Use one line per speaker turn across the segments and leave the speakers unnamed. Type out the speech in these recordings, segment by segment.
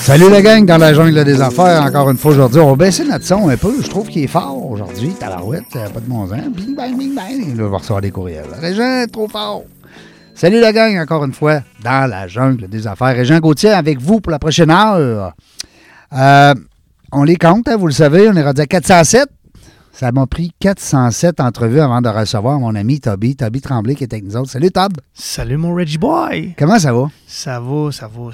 Salut la gang dans la jungle des affaires. Encore une fois aujourd'hui, on va baisser notre son un peu. Je trouve qu'il est fort aujourd'hui. Tabarouette, euh, pas de mon sens. Bing bang, bing bang. Là, on va recevoir des courriels. Régent, trop fort. Salut la gang, encore une fois, dans la jungle des affaires. Régent Gauthier avec vous pour la prochaine heure. Euh, on les compte, hein, vous le savez, on est rendu à 407. Ça m'a pris 407 entrevues avant de recevoir mon ami Toby, Toby Tremblay qui est avec nous autres. Salut Tob.
Salut mon Reggie Boy.
Comment ça va?
Ça va, ça va,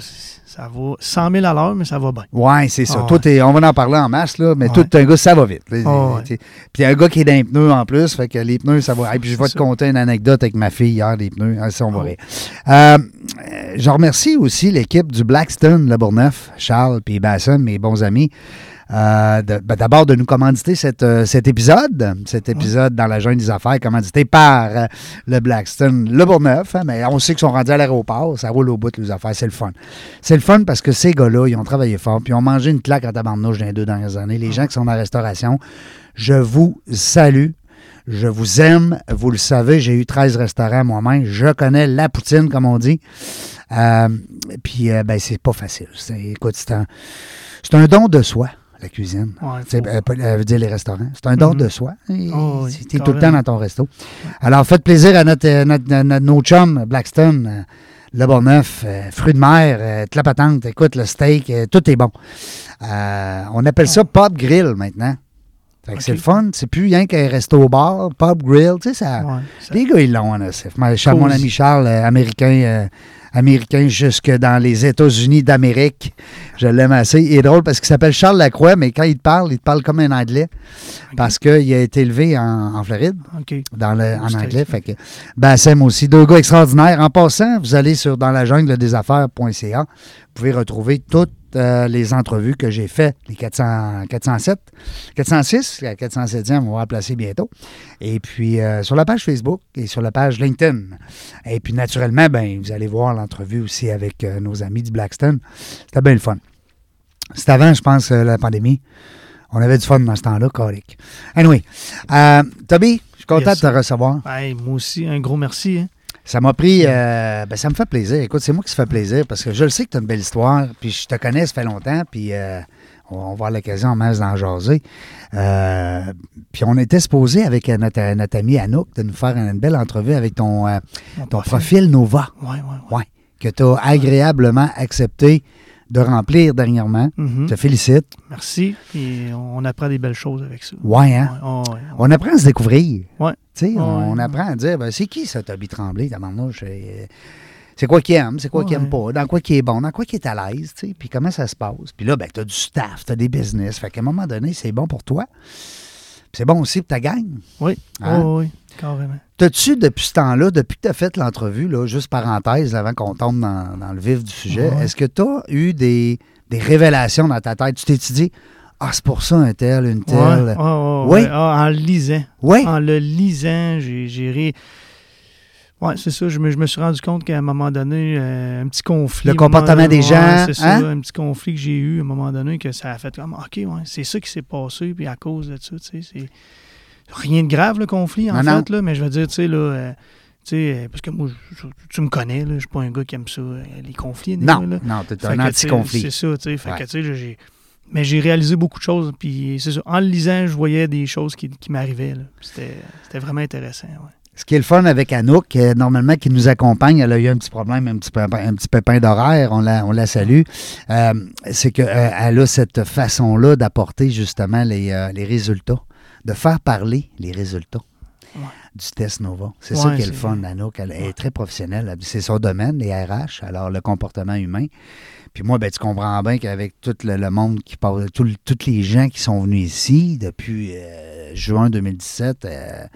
ça va 100 000 à l'heure, mais ça va bien.
Ouais, c'est ça.
Ah
Toi, t'es- on va en parler en masse, là, mais
Ouais.
tout un gars, ça va vite. Puis
Ah ouais.
Puis t'es un gars qui est dans les pneus en plus, fait que les pneus, ça va. Et puis je vais te
ça.
conter une anecdote avec ma fille hier, les pneus. Ah, ça, on va
Oh.
rire. Euh, euh, je remercie aussi l'équipe du Blackstone, le Bourneuf, Charles puis Basson, mes bons amis. euh, de- ben, D'abord, de nous commanditer cette, euh, cet épisode, cet épisode dans la jungle des affaires, commandité par euh, le Blackstone, le Bourneuf. hein, mais on sait qu'ils sont rendus à l'aéroport, ça roule au bout, les affaires, c'est le fun. C'est le fun parce que ces gars-là, ils ont travaillé fort, puis ils ont mangé une claque à tabarnouche dans les deux dernières années. Les gens qui sont dans la restauration, je vous salue. Je vous aime. Vous le savez, j'ai eu 13 restaurants moi-même. Je connais la poutine, comme on dit. Euh, puis, euh, ben, c'est pas facile. C'est- Écoute, c'est un, c'est un don de soi, la cuisine.
Ouais,
C'est-
faut-
euh, pas- euh, veut dire les restaurants. C'est un don
Mhm.
de soi. Et
Oh, oui,
c'est- T'es tout le temps
carrément.
dans ton resto. Alors, faites plaisir à notre, euh, notre, notre- notre- nos chums, Blackstone, euh, Le Bonneuf, euh, Fruits de mer, euh, Tlapatante, écoute, le steak, euh, tout est bon. Euh, on appelle ça Pub Grill maintenant. Fait que c'est
Ok.
le fun. C'est plus rien qu'un resto-bar, Pub Grill, tu sais, ça...
Ouais, ça-
Les gars, ils l'ont en SF. Ma- Charles- Mon
Cozy.
ami Charles, euh, américain, euh, américain jusque dans les États-Unis d'Amérique. Je l'aime assez. Il est drôle parce qu'il s'appelle Charles Lacroix, mais quand il te parle, il te parle comme un Anglais parce qu'il a été élevé en, en Floride.
OK.
Dans le, en
States,
anglais.
ouais.
Fait que, ben, Sam aussi. Deux gars extraordinaires. En passant, vous allez sur dans la jungle des affaires.ca. Vous pouvez retrouver toutes euh, les entrevues que j'ai faites, les 400, 407, 406, la 407e, on va la placer bientôt. Et puis, euh, sur la page Facebook et sur la page LinkedIn. Et puis, naturellement, ben, vous allez voir l'entrevue aussi avec euh, nos amis du Blackstone. C'était bien le fun. C'était avant, je pense, euh, la pandémie. On avait du fun dans ce temps-là, corique. Anyway, euh, Toby, je suis content
Yes.
de te recevoir.
Hey, moi aussi, un gros merci. hein.
Ça m'a pris. euh, ben, ça me fait plaisir. Écoute, c'est moi qui se fait plaisir parce que je le sais que tu as une belle histoire. Puis je te connais, ça fait longtemps. Puis euh, on va avoir l'occasion en masse d'en jaser. Euh, puis on était supposé avec euh, notre, euh, notre ami Anouk de nous faire une belle entrevue avec ton, euh,
Mon
ton profil Nova.
Ouais, ouais, ouais.
Ouais. Que tu as agréablement accepté de remplir dernièrement.
Mhm.
Je te félicite.
Merci. Et on apprend des belles choses avec ça.
Ouais, hein?
Ouais, ouais, ouais.
On apprend à se découvrir.
Ouais.
Tu sais, on,
Ouais.
apprend à dire, ben, c'est qui ça, Toby Tremblay, tabarnouche? Euh, C'est quoi qu'il aime, c'est quoi qu'il aime pas, dans quoi qu'il est bon, dans quoi qu'il est à l'aise, tu sais, puis comment ça se passe. Puis là, ben, t'as du staff, t'as des business. Fait qu'à un moment donné, c'est bon pour toi. Puis c'est bon aussi pour ta gang.
Oui,
Hein?
oui, oui, carrément.
T'as-tu, depuis ce temps-là, depuis que t'as fait l'entrevue, là, juste parenthèse, avant qu'on tombe dans, dans le vif du sujet,
Ouais.
est-ce que t'as eu des, des révélations dans ta tête? Tu t'es dit, ah, c'est pour ça un tel, une
Ouais,
telle.
ouais, ouais,
Oui.
ouais. Ah, en le lisant.
Ouais.
En le lisant, j'ai j'ai ré... Ouais, c'est ça. Je me, je me suis rendu compte qu'à un moment donné, euh, un petit conflit.
Le
à un moment
comportement des
ouais,
gens,
C'est ça,
hein?
un petit conflit que j'ai eu à un moment donné que ça a fait comme OK, ouais, c'est ça qui s'est passé, puis à cause de ça, tu sais, c'est. Rien de grave le conflit, en
Non, non.
fait, là, mais je veux dire, tu sais, là. euh, tu sais, euh, parce que moi, je- je- tu me connais, là, je suis pas un gars qui aime ça, euh, les conflits. des
Non,
fois, là.
non, t'es
Fait
un
que, tu sais,
anti-conflit.
C'est ça, tu sais. Fait
Ouais.
que, tu sais, là, j'ai- Mais j'ai réalisé beaucoup de choses. Puis, c'est ça. En le lisant, je voyais des choses qui, qui m'arrivaient. là. C'était c'était vraiment intéressant. ouais.
Ce qui est le fun avec Anouk, euh, normalement, qui nous accompagne, elle a eu un petit problème, un petit, peu- un petit pépin d'horaire, on la, on la salue, euh, c'est qu'elle a cette façon-là d'apporter justement les, euh, les résultats, de faire parler les résultats
Ouais.
du test Nova. C'est
Ouais,
ça qui est le
c'est-
fun, Anouk. Elle est très professionnelle. Elle- C'est son domaine, les RH, alors le comportement humain. Puis moi, ben, tu comprends bien qu'avec tout le, le monde qui parle, tout le- toutes les gens qui sont venus ici depuis euh, juin 2017. euh,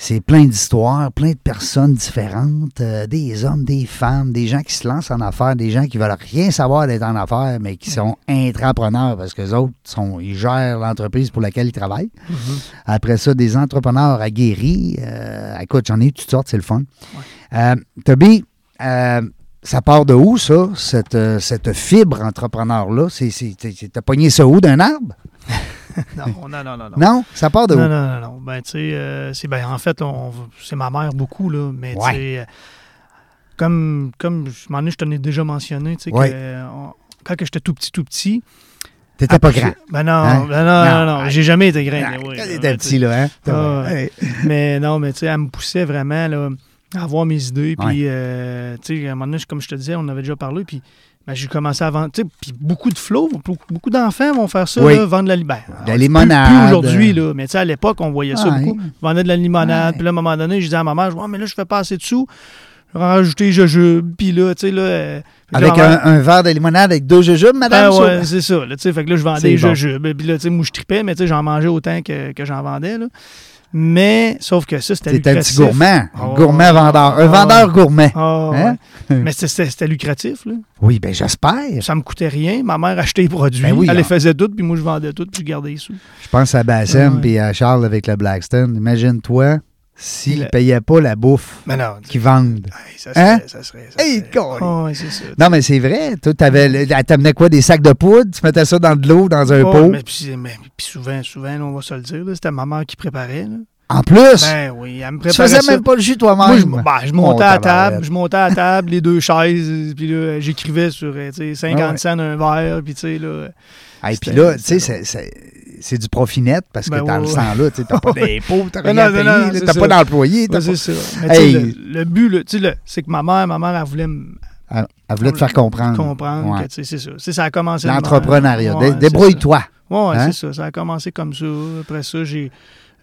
C'est plein d'histoires, plein de personnes différentes, euh, des hommes, des femmes, des gens qui se lancent en affaires, des gens qui veulent rien savoir d'être en affaires, mais qui sont intrapreneurs parce que les autres sont, ils gèrent l'entreprise pour laquelle ils travaillent. Après ça, des entrepreneurs aguerris. Euh, écoute, j'en ai eu toutes sortes, c'est le fun. Euh, Toby, euh, ça part de où, ça, cette, euh, cette fibre entrepreneur-là? C'est- c'est- c'est- T'as pogné ça où, d'un arbre?
Non, non, non, non. non.
Non? Ça part de où?
Non, non, non, non. Ben, tu sais, euh, c'est- ben, en fait, on, c'est ma mère beaucoup, là. Mais,
Ouais.
tu sais, euh, comme, comme je m'en ai, je t'en ai déjà mentionné, tu sais,
Ouais.
que, euh, on- quand que j'étais tout petit, tout petit.
T'étais pas
après-
grand.
Ben non,
Hein?
ben non,
Non,
non, non,
ouais.
J'ai jamais été grand.
Ah,
anyway,
Quand
là,
t'étais
mais, tu sais,
petit, là, hein?
ben Ah, ouais.
Hey.
Mais non, mais tu sais, elle me poussait vraiment là, à avoir mes idées. Puis,
Ouais.
euh, tu sais, à un moment donné, comme je te disais, on en avait déjà parlé. Puis, ben, j'ai commencé à vendre. tu sais, Puis, beaucoup de flots, beaucoup- beaucoup d'enfants vont faire ça,
Oui.
là, vendre de la limonade.
De la limonade.
Plus, aujourd'hui, là. Mais tu sais, à l'époque, on voyait ça
Ouais.
beaucoup. Vendait de la limonade.
Ouais.
Puis, là, à un moment donné, je disais à ma mère, ouais, mais là, je fais pas assez de sous. Je vais en rajouter jujube. Puis, là, tu sais, là. euh, fait que là,
Avec
ma mère-
un, un verre de limonade avec deux jujubes, madame?
ah
ça?
ouais, c'est ça. Là, tu sais, fait que là, je vendais
ben, C'est
des
bon.
jujubes. Puis là, tu sais, moi, je tripais, mais tu sais, j'en mangeais autant que, que j'en vendais. Là. Mais, sauf que ça, c'était
T'étais un petit
lucratif.
gourmand. Un
Oh.
gourmand vendeur. Un
Oh.
vendeur gourmand.
Ah, ouais.
Hein?
Mais c'était- c'était c'était lucratif. Là.
Oui, ben j'espère.
Ça me coûtait rien. Ma mère achetait les produits.
Ben oui,
elle
hein.
les faisait toutes, puis moi, je vendais toutes, puis je gardais les sous.
Je pense à Bassem
Ah Ouais.
puis à Charles avec le Blackstone. Imagine-toi s'ils ne
Le-
payaient pas la bouffe
Mais non, tu sais,
qu'ils vendent.
hey, ça serait.
Hein?
Ça serait, ça
Hey,
serait-
con-
Ah, ouais, c'est ça.
Non, mais c'est vrai. Toi, t'avais, le- elle t'amenait quoi? Des sacs de poudre? Tu mettais ça dans de l'eau, dans un
Ouais,
pot?
mais, puis, mais- puis souvent, souvent, là, on va se le dire, là, c'était ma mère qui préparait. là.
En plus,
Ben oui, elle me
tu
préparait
faisais
ça.
même pas le jus
Moi, je,
toi-même.
ben, je
Oh,
montais à
tabarouette.
table, je montais à table, les deux chaises, euh, puis là, j'écrivais sur euh, tu sais, 50
Ah ouais.
cents un verre, puis tu sais, là.
Et puis
C'était-
là, tu sais, c'est,
c'était
c'est- c'est du profit net parce que
Ben
dans
ouais,
le
ouais.
sang-là, tu sais, t'as pas d'impôts, t'as
Ben
rien
non,
à
non,
payer,
non,
là,
c'est
t'as
ça.
pas d'employé. t'as
Ouais, c'est ça. Mais
Hey.
tu sais, le, le but, là, tu sais, le- c'est que ma mère, ma mère, elle voulait me
pas- Elle, elle voulait te faire comprendre.
comprendre
Ouais.
que, tu sais, c'est ça. Tu sais, ça a commencé. de même.
L'entrepreneuriat.
Ouais,
Dé-
c'est
débrouille-toi.
ça. Ouais,
Hein?
c'est ça. Ça a commencé comme ça. Après ça, j'ai.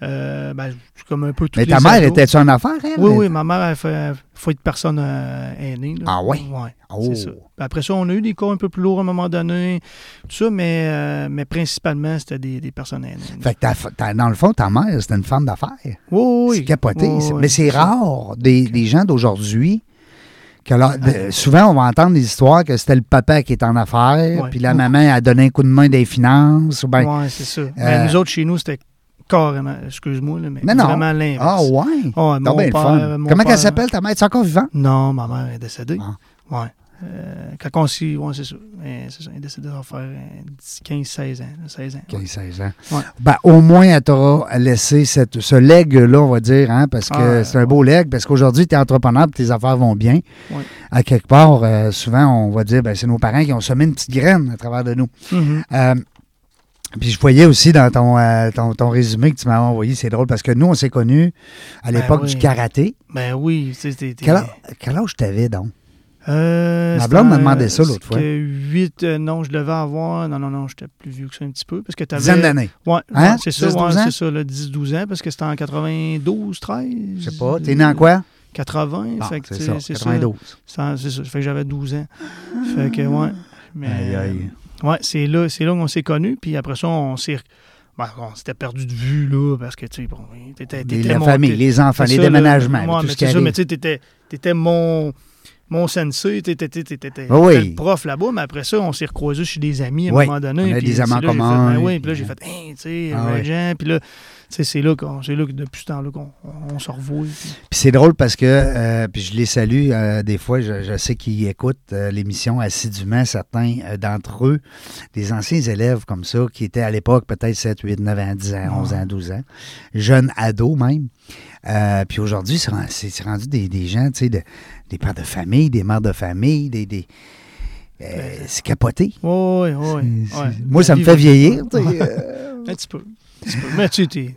euh, ben, j'ai comme un peu toutes
Mais
les
ta mère,
ados.
était-tu en affaire, elle?
Oui, oui, ma mère, elle fait, faut être personne euh, aînée. là.
Ah ouais?
Ouais.
Oh.
C'est ça. Puis Après ça, on a eu des cas un peu plus lourds à un moment donné, tout ça, mais, euh, mais principalement, c'était des, des personnes aînées.
Fait que ta- ta- dans le fond, ta mère, c'était une femme d'affaires.
Oui, oui,
C'est capoté.
oui,
c'est-
oui,
mais c'est
ça.
rare des, des gens d'aujourd'hui. Que leur-
Euh,
de- souvent, on va entendre des histoires que c'était le papa qui est en affaires,
Ouais.
puis la
Ouh.
maman a donné un coup de main des finances. ou ben-
Ouais, c'est ça. Mais nous autres, chez nous, c'était carrément, excuse-moi, là, mais
Non, non.
vraiment l'inverse.
Ah ouais?
Ah, ouais,
Non,
mon
ben, le
père,
fun.
mon
Comment
père-
qu'elle s'appelle, ta mère? Tu es encore vivant?
Non, ma mère est décédée.
Ah.
Ouais. Euh, quand on s'y. Ouais, c'est ça. Euh, c'est ça. Elle est décédée, on va faire euh, 10, 15, 16 ans. là, 16 ans.
15, 16 ans.
Ouais.
Ben, au moins, elle t'aura laissé cette, ce leg-là, on va dire, hein, parce que
Ah, ouais.
c'est un beau leg, parce qu'aujourd'hui, tu es entrepreneur, puis tes affaires vont bien.
Ouais.
À quelque part, euh, souvent, on va dire, ben, c'est nos parents qui ont semé une petite graine à travers de nous.
Mhm.
Euh, puis je voyais aussi dans ton, euh, ton, ton résumé que tu m'as envoyé, c'est drôle, parce que nous, on s'est connus à
Ben
l'époque
oui.
du karaté.
Ben oui, tu sais, t'es- t'es-
Quel, a- quel âge t'avais donc?
Euh,
Ma
c'était
blonde m'a
en-
demandé ça l'autre
c'était huit, euh, non, je devais avoir. Non, non, non, j'étais plus vieux que ça un petit peu. Parce que t'avais.
Dizaine d'années.
Ouais,
Hein?
ouais, c'est ça,
10-12
ouais,
ans?
c'est ça, le 10-12 ans, parce que c'était en 92, 13.
Je sais pas. T'es né en quoi?
80,
Ah,
fait que
c'est
tu
ça,
sais, c'est ça.
92.
C'est en- c'est ça, fait que j'avais 12 ans. Fait que, ouais. Mais, euh,
Aïe, aïe.
Ouais, c'est là, c'est là qu'on s'est connus, puis après ça, on s'est. ben, on s'était perdu de vue, là, parce que, tu sais, bon, t'étais.
Les-
t'étais
la
mon-
famille,
t'étais-
les enfants,
c'est
les
ça, là.
déménagements,
Ouais,
tout
mais
ce qui
c'est ça, mais
arrive.
tu sais, t'étais, t'étais mon, mon sensei, t'étais, t'étais, t'étais, t'étais
Ah Oui.
le prof là-bas, mais après ça, on s'est recroisés chez des amis à
Oui,
un moment donné.
on a
puis
des
c'est
amis en
là, j'ai fait,
commun,
ben oui,
et
puis là, j'ai
puis,
fait, hein, tu sais,
Ah
Ray
ouais.
Jean, puis là, tu sais, c'est là, qu'on, c'est là que depuis ce temps-là qu'on on, on se revoit. puis-
Puis c'est drôle parce que, euh, puis je les salue euh, des fois, je, je sais qu'ils écoutent euh, l'émission assidûment, certains euh, d'entre eux, des anciens élèves comme ça, qui étaient à l'époque peut-être 7, 8, 9 ans, 10 ans, 11
Ah.
ans, 12 ans, jeunes ados même. Euh, puis aujourd'hui, c'est ren- c'est c'est rendu des, des gens, tu sais, de- des pères de famille, des mères de famille, des... des euh, c'est capoté.
Ouais, ouais, Ben, ouais,
C'est-
ouais.
Moi,
La
ça me
vie
fait
va-
vieillir. tu sais, euh,
Un petit peu. un petit peu. Mais tu sais, t'es,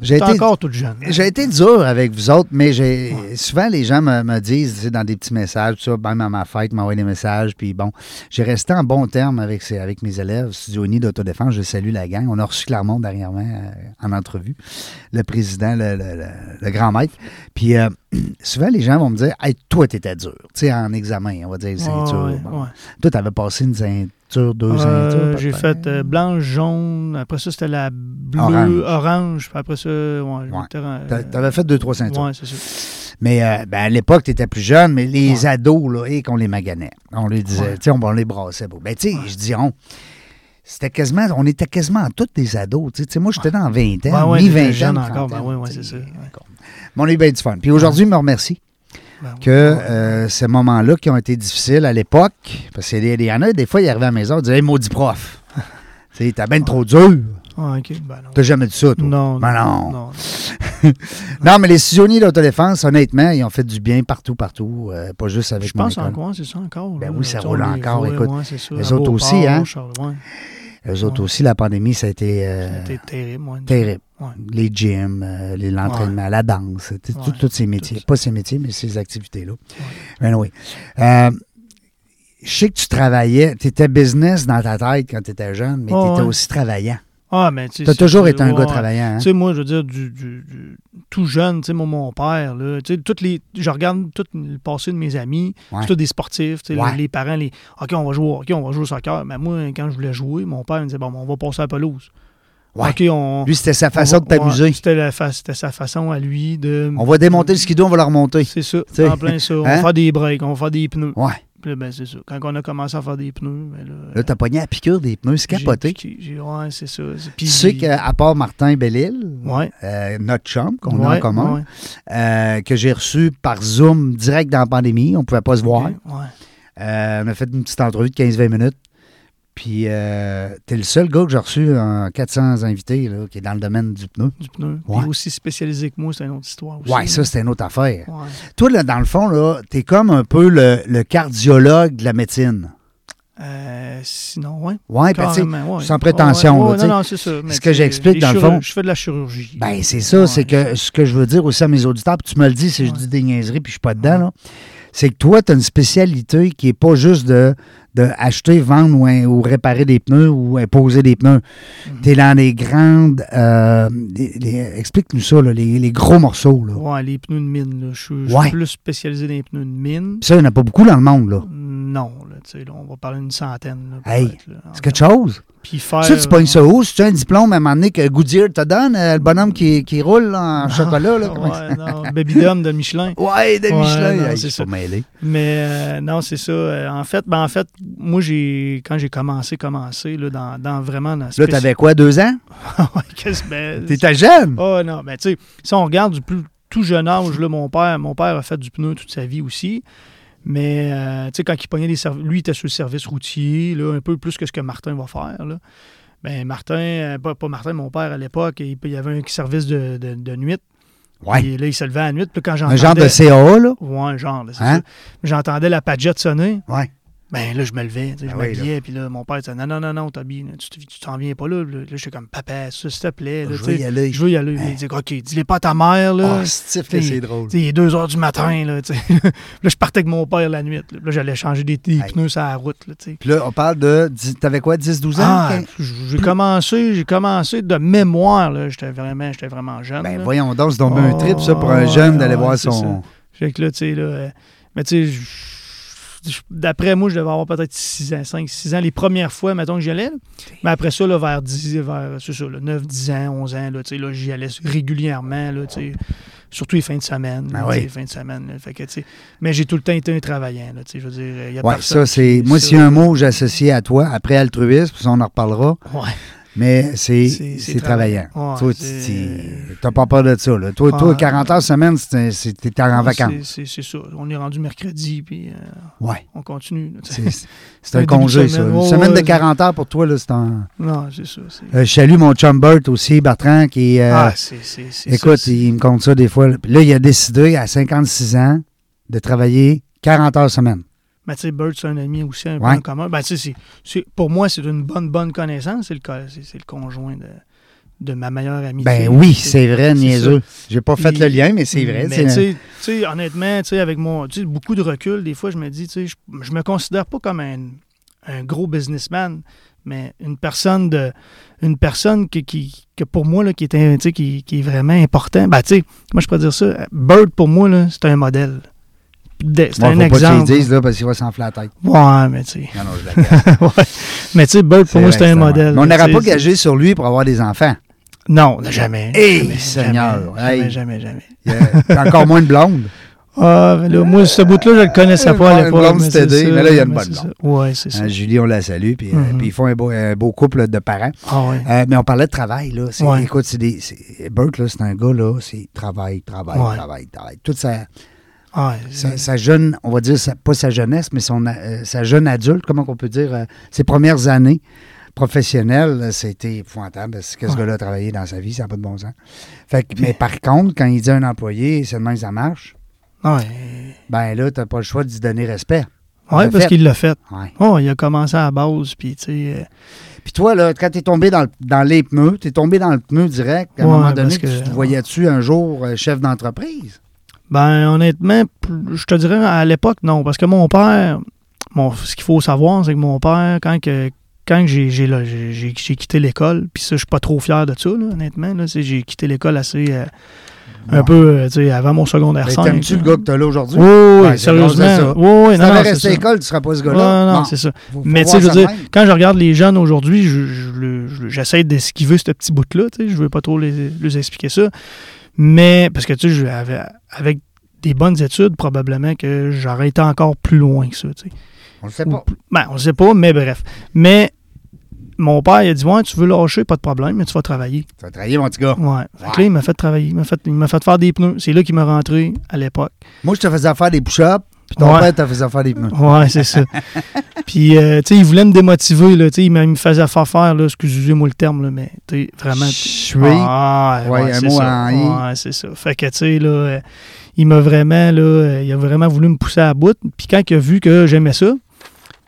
J'ai
t'es
été-
encore toute jeune. hein.
J'ai été dur avec vous autres, mais j'ai souvent les gens me, me disent tu sais, dans des petits messages, tout ça, même à ma fête, m'envoyer des messages. Puis bon, j'ai resté en bon terme avec, ces- avec mes élèves, Studio Uni d'Autodéfense. Je salue la gang. On a reçu Clermont dernièrement euh, en entrevue, le président, le, le- le- le grand maître. Puis euh, souvent, les gens vont me dire Hey, toi, t'étais dur. Tu sais, en examen, on va dire ceinture.
Ouais,
Bon.
ouais.
Toi, t'avais passé une ceinture, deux
Euh,
ceintures.
j'ai
peut-être.
fait euh, blanche, jaune, après ça c'était la bleue,
Orange.
orange, puis après ça, ouais, j'étais, euh,
T'a- T'avais fait deux, trois ceintures.
ouais, c'est ça.
Mais euh, ben, à l'époque, tu étais plus jeune, mais les
Ouais.
ados, là, et qu'on les maganait. On les disait,
Ouais.
tu sais, on, on les brassait. beau. Ben, tu sais, je dis on. C'était quasiment, on était quasiment tous des ados. tu sais. Tu sais, moi, j'étais dans 20 ans,
Ouais, ouais,
mi
t'étais
20
jeune
ans.
encore, ben ouais, ouais, c'est ça, ouais.
Mais on a eu bien du fun. Puis aujourd'hui, je me remercie
Ben oui.
que euh, ces moments-là qui ont été difficiles à l'époque, parce qu'il y en a, des- y en a, des fois, ils arrivaient à la maison, ils disaient, hey, maudit prof, tu sais, t'as bien trop dur.
Ah, ok, ben non.
T'as jamais dit ça, toi.
Non,
Ben non.
non, non.
Non, mais les saisonniers d'autodéfense, honnêtement, ils ont fait du bien partout, partout, euh, pas juste avec
Je pense
mon école.
encore, c'est ça encore.
Ben
là.
oui, ça
Tu sais,
roule
on les
encore,
voit,
écoute.
ouais, c'est ça,
Les
à
autres
Beauport,
aussi, hein?
Charles- ouais,
Eux autres
Ouais.
aussi, la pandémie, ça a été euh,
C'était terrible. ouais.
terrible.
Ouais.
Les gyms, euh, les- l'entraînement, la danse, c'était tout-
Ouais,
tous ces métiers.
tout ça.
Pas ces métiers, mais ces activités-là. Ben oui. Euh, je sais que tu travaillais, tu étais business dans ta tête quand tu étais jeune, mais
Ouais,
tu étais
ouais.
aussi travaillant.
Ah, mais tu
Tu as toujours été un gars
travail.
travaillant. hein?
Tu sais, moi, je veux dire, du, du- du- tout jeune, tu sais, mon, mon père, là, tu sais, toutes les, je regarde tout le passé de mes amis,
Ouais.
c'est tous des sportifs, tu sais,
Ouais.
les, les parents, les OK, on va jouer, OK, on va jouer au soccer. Mais moi, quand je voulais jouer, mon père me disait, bon, ben, on va passer à la pelouse.
Ouais.
OK, on.
Lui, c'était sa
on va-
façon de t'amuser.
ouais, C'était la fa- c'était sa façon à lui de.
On va démonter le skido, on va le remonter.
C'est ça,
sais.
en plein ça. On
Hein?
va faire des breaks, on va faire des pneus.
Ouais.
Puis là, ben, c'est ça. Quand on a commencé à faire des pneus, ben, là.
Là, t'as pogné la piqûre des pneus, c'est
j'ai
capoté.
piqué, j'ai- Ouais, c'est ça. C'est- Puis,
Tu sais qu'à part Martin Bellil,
Ouais.
euh, notre chum qu'on a en
Ouais,
commun,
ouais,
euh, que j'ai reçu par Zoom direct dans la pandémie. On ne pouvait pas se voir.
ouais.
Euh, on a fait une petite entrevue de 15-20 minutes. Puis, euh, t'es le seul gars que j'ai reçu en 400 invités là, qui est dans le domaine du pneu.
du pneu.
Ouais.
Et aussi spécialisé que moi, c'est une autre histoire aussi.
Ouais, ça, c'était une autre affaire.
Ouais.
Toi, là, dans le fond, là, t'es comme un peu le, le cardiologue de la médecine.
Euh, sinon, ouais.
Ouais, ben, tu sais,
carrément, ouais.
sans prétention,
Ouais, ouais,
là, tu sais.
non, non, c'est ça. mais
ce que
tu sais,
j'explique,
les
dans le
chirur-
fond-
Je fais de la chirurgie.
Ben, c'est ça,
Ouais,
c'est que ce que je veux dire aussi à mes auditeurs, puis tu me le dis si je
Ouais.
dis des niaiseries puis je suis pas dedans, là, c'est que toi, tu as une spécialité qui est pas juste de, de acheter, vendre ou, ou réparer des pneus ou imposer des pneus.
Mhm.
Tu es dans les grandes. euh, les- les- Explique-nous ça, là, les, les gros morceaux. Là.
Ouais, les pneus de mine, là. Je suis je suis
Ouais.
plus spécialisé dans les pneus de mine.
Puis Ça, il n'y en a pas beaucoup dans le monde. là.
Non, là, tu sais, là, on va parler d'une centaine. Là,
Hey,
peut-être, là,
C'est quelque chose.
Puis faire.
ça, tu pognes ça où? C'est un diplôme à un moment donné que Goodyear te donne, euh, le bonhomme qui, qui roule là, en chocolat? Là, comment ça-
Ah. Ouais, non, Baby Dom de Michelin.
Ouais, de
Ouais,
Michelin.
non,
Hey,
c'est
je suis
ça.
pas mêlé.
Mais euh, non, c'est ça. Euh, en fait, ben, en fait, moi, j'ai quand j'ai commencé, commencé, là, dans, dans vraiment. Dans
Là, t'avais quoi, deux ans?
ouais, qu'est-ce ben, que-
T'étais jeune?
Ah non, mais tu sais, si on regarde du plus tout jeune âge, là, mon père, mon père a fait du pneu toute sa vie aussi. Mais euh, tu sais, quand il pognait les services, lui, il était sur le service routier, là, un peu plus que ce que Martin va faire. Là. Ben, Martin, euh, pas, pas Martin, mon père à l'époque, il, il y avait un service de, de, de nuit.
Ouais.
Et là, il se levait à la nuit. Puis quand
Un genre de
j'entendais-
CAA, là?
Ouais, un genre, là, c'est
Hein?
ça. J'entendais la pagette sonner.
Ouais.
Ben là, je me levais, tu
Ah
sais, je
oui,
m'habillais, puis là, mon père disait Non, non, non, non, Toby, tu te- tu t'en viens pas là. Là, je suis comme Papa, ça, s'il te plaît. là,
Je
tu
veux
sais,
y aller.
Je veux y aller. Il dit OK, dis-les pas à ta mère, là.
Ah, stiff que c'est
t'sais,
drôle.
Tu sais, il est 2 h du matin, là, tu sais. là, je partais avec mon père la nuit. Là, Là, j'allais changer des, des
Hey.
pneus sur la route, là, tu sais.
Puis là, on parle de... dix- T'avais quoi, 10-12 ans? Ben,
Ah,
quinze?
j'ai commencé, j'ai commencé de mémoire, là. J'étais vraiment, j'étais vraiment jeune.
Ben
là.
voyons donc, c'est tombé un
Oh,
trip, ça, pour un jeune
ouais,
d'aller
ouais,
voir
c'est
son...
Fait que là, tu sais, là. euh, mais tu sais, je- je- d'après moi, je devais avoir peut-être 6 ans, 5, 6 ans, les premières fois, mettons que j'y allais. là. Mais après ça, là, vers 10, vers, c'est ça, là, 9, 10 ans, 11 ans, là, tu sais, là, j'y allais régulièrement, là, tu sais. Surtout les fins de semaine. là,
Ah
tu sais,
oui.
Les fins de semaine. là. Fait que, tu sais, mais j'ai tout le temps été un travaillant. Là, tu sais, je veux dire, il y a
Ouais,
personne
ça, c'est...
qui-
Moi,
ça-
s'il y a un mot que j'associe à toi, après altruisme, ça, on en reparlera,
Ouais.
mais c'est
C'est- c'est
c'est travaillant.
travaillant.
Toi,
Ouais,
tu-
c'est-
tu- t'as pas peur de ça, là. Toi, toi
Ouais.
40 heures semaine, c'est- c'est- t'es en
Ouais,
vacances.
euh, C'est c'est- c'est ça. On est rendu mercredi, puis euh,
Ouais.
on continue. là, tu sais.
C'est- c'est- C'est un
Un début de
congé, ça.
semaine.
Une
Ouais,
semaine de
ouais.
40 heures pour toi, là, c'est un...
Non, c'est ça. c'est-
Euh, Je salue mon chum Bert aussi, Bertrand, qui... euh,
ah, c'est c'est- c'est
Écoute,
ça, c'est-
il me compte ça des fois. là. Puis là, il a décidé à 56 ans de travailler 40 heures semaine.
Mais tu sais, Bird, c'est un ami aussi, un
Ouais.
peu en commun. Ben, tu sais, c'est- c'est- pour moi, c'est une bonne, bonne connaissance. C'est le, co- c'est- c'est le conjoint de, de ma meilleure amie.
Ben oui,
Tu sais,
c'est vrai,
c'est
niaiseux. J'ai pas fait
Puis-
le lien, mais c'est vrai.
Mais
c'est-
tu sais- tu sais, honnêtement, tu sais, avec mon, tu sais, beaucoup de recul, des fois, je me dis, tu sais, je, je me considère pas comme un, un gros businessman, mais une personne de une personne qui, qui- que pour moi là, qui est un- tu sais, qui, qui est vraiment important. Ben, tu sais, moi je pourrais dire ça. Bird pour moi là, c'est un modèle. De- C'est
Moi,
un
faut pas que
exemple.
tu le dises, là, parce qu'il va s'enfler la tête.
Ouais, mais tu sais.
Non, non, je la garde.
ouais. Mais tu sais, Bird
C'est
pour moi
vrai,
c'est un
ça, ouais.
modèle.
Mais on
là,
n'aura
tu sais,
pas gagé sur lui pour avoir des enfants.
Non, jamais.
Hey,
Jamais,
Seigneur,
Jamais,
hey.
jamais, jamais, jamais.
Il y a encore moins de blonde.
Ah, ben là, moi, ce bout-là, je le connaissais pas à
Une
l'époque.
blonde, c'était
c'est
des,
ça,
mais là, il y a une
mais
bonne
c'est ça.
blonde.
Ouais, c'est ça.
Hein, Julie, on la salue, puis euh,
Mhm.
puis ils font un beau, un beau couple de parents.
Ah ouais.
Euh, mais on parlait de travail, là. C'est-
Ouais.
Écoute, c'est des. c'est- Burke, là, c'est un gars, là, c'est travail, travail,
Ouais.
travail, travail. Toute sa,
Ah,
sa, sa jeune, on va dire, sa- pas sa jeunesse, mais son, euh, sa jeune adulte, comment on peut dire, euh, ses premières années professionnelles, là, c'était épouvantable. Parce que ce
Ouais.
gars-là a travaillé dans sa vie, ça n'a pas de bon sens. Fait que- mais par contre, quand il dit à un employé, c'est demain que ça marche,
ouais.
ben là, t'as pas le choix de lui donner respect.
Ouais,
le
parce
fait.
qu'il l'a fait.
Ouais.
Oh, il a commencé à la base, puis tu sais. euh,
Puis toi, là, quand t'es tombé dans, le- dans les pneus, t'es tombé dans le pneu direct, à un
Ouais,
moment donné,
parce que-
tu te voyais-tu un jour euh, chef d'entreprise?
Ben, honnêtement, pl- je te dirais à l'époque, non. Parce que mon père, mon, ce qu'il faut savoir, c'est que mon père, quand que. Quand que j'ai, j'ai, là, j'ai, j'ai- j'ai quitté l'école, puis ça, je suis pas trop fier de ça, là, honnêtement. Là, c'est- j'ai quitté l'école assez. euh,
Ouais.
Un peu, euh, tu sais, avant mon secondaire
Mais
5.
Ben, T'aimes-tu le
là.
gars que t'as là aujourd'hui?
Oui, oui,
Ouais, c'est bon, c'est ça.
sérieusement. Oui, oui,
Si
non, non,
t'avais resté
c'est
à
ça.
l'école, tu serais pas ce
Ouais,
gars-là.
non,
Bon,
c'est ça.
faut- faut
Mais tu
voir
sais, je veux
ça
dire,
de même.
quand je regarde les jeunes aujourd'hui, je- je le- je le- j'essaie d'esquiver ce petit bout-là. tu sais, Je veux pas trop les, les expliquer ça. Mais parce que tu sais, je- avec, avec des bonnes études, probablement que j'aurais été encore plus loin que ça. tu sais.
On le sait
Ou
pas.
plus- Ben, on ne sait pas, mais bref. Mais mon père, il a dit Ouais, tu veux lâcher, pas de problème, mais tu vas travailler.
Tu vas trahir mon petit gars.
Ouais. Fait que là, il m'a fait travailler. Il m'a fait, il m'a fait faire des pneus. C'est là qu'il m'a rentré à l'époque.
Moi, je te faisais faire des push-ups, puis ton
Ouais.
père te faisait faire des pneus.
Ouais, c'est ça. Puis, euh, tu sais, il voulait me démotiver, là. Tu sais, il me il me faisait faire faire, là, excusez-moi le terme, là, mais, tu sais, vraiment.
Je suis.
Ah,
Ouais, un
c'est
mot
ça.
en i.
Ouais, c'est ça. Fait que, tu sais, là, euh, il m'a vraiment, là, euh, il a vraiment voulu me pousser à bout. Puis quand il a vu que j'aimais ça,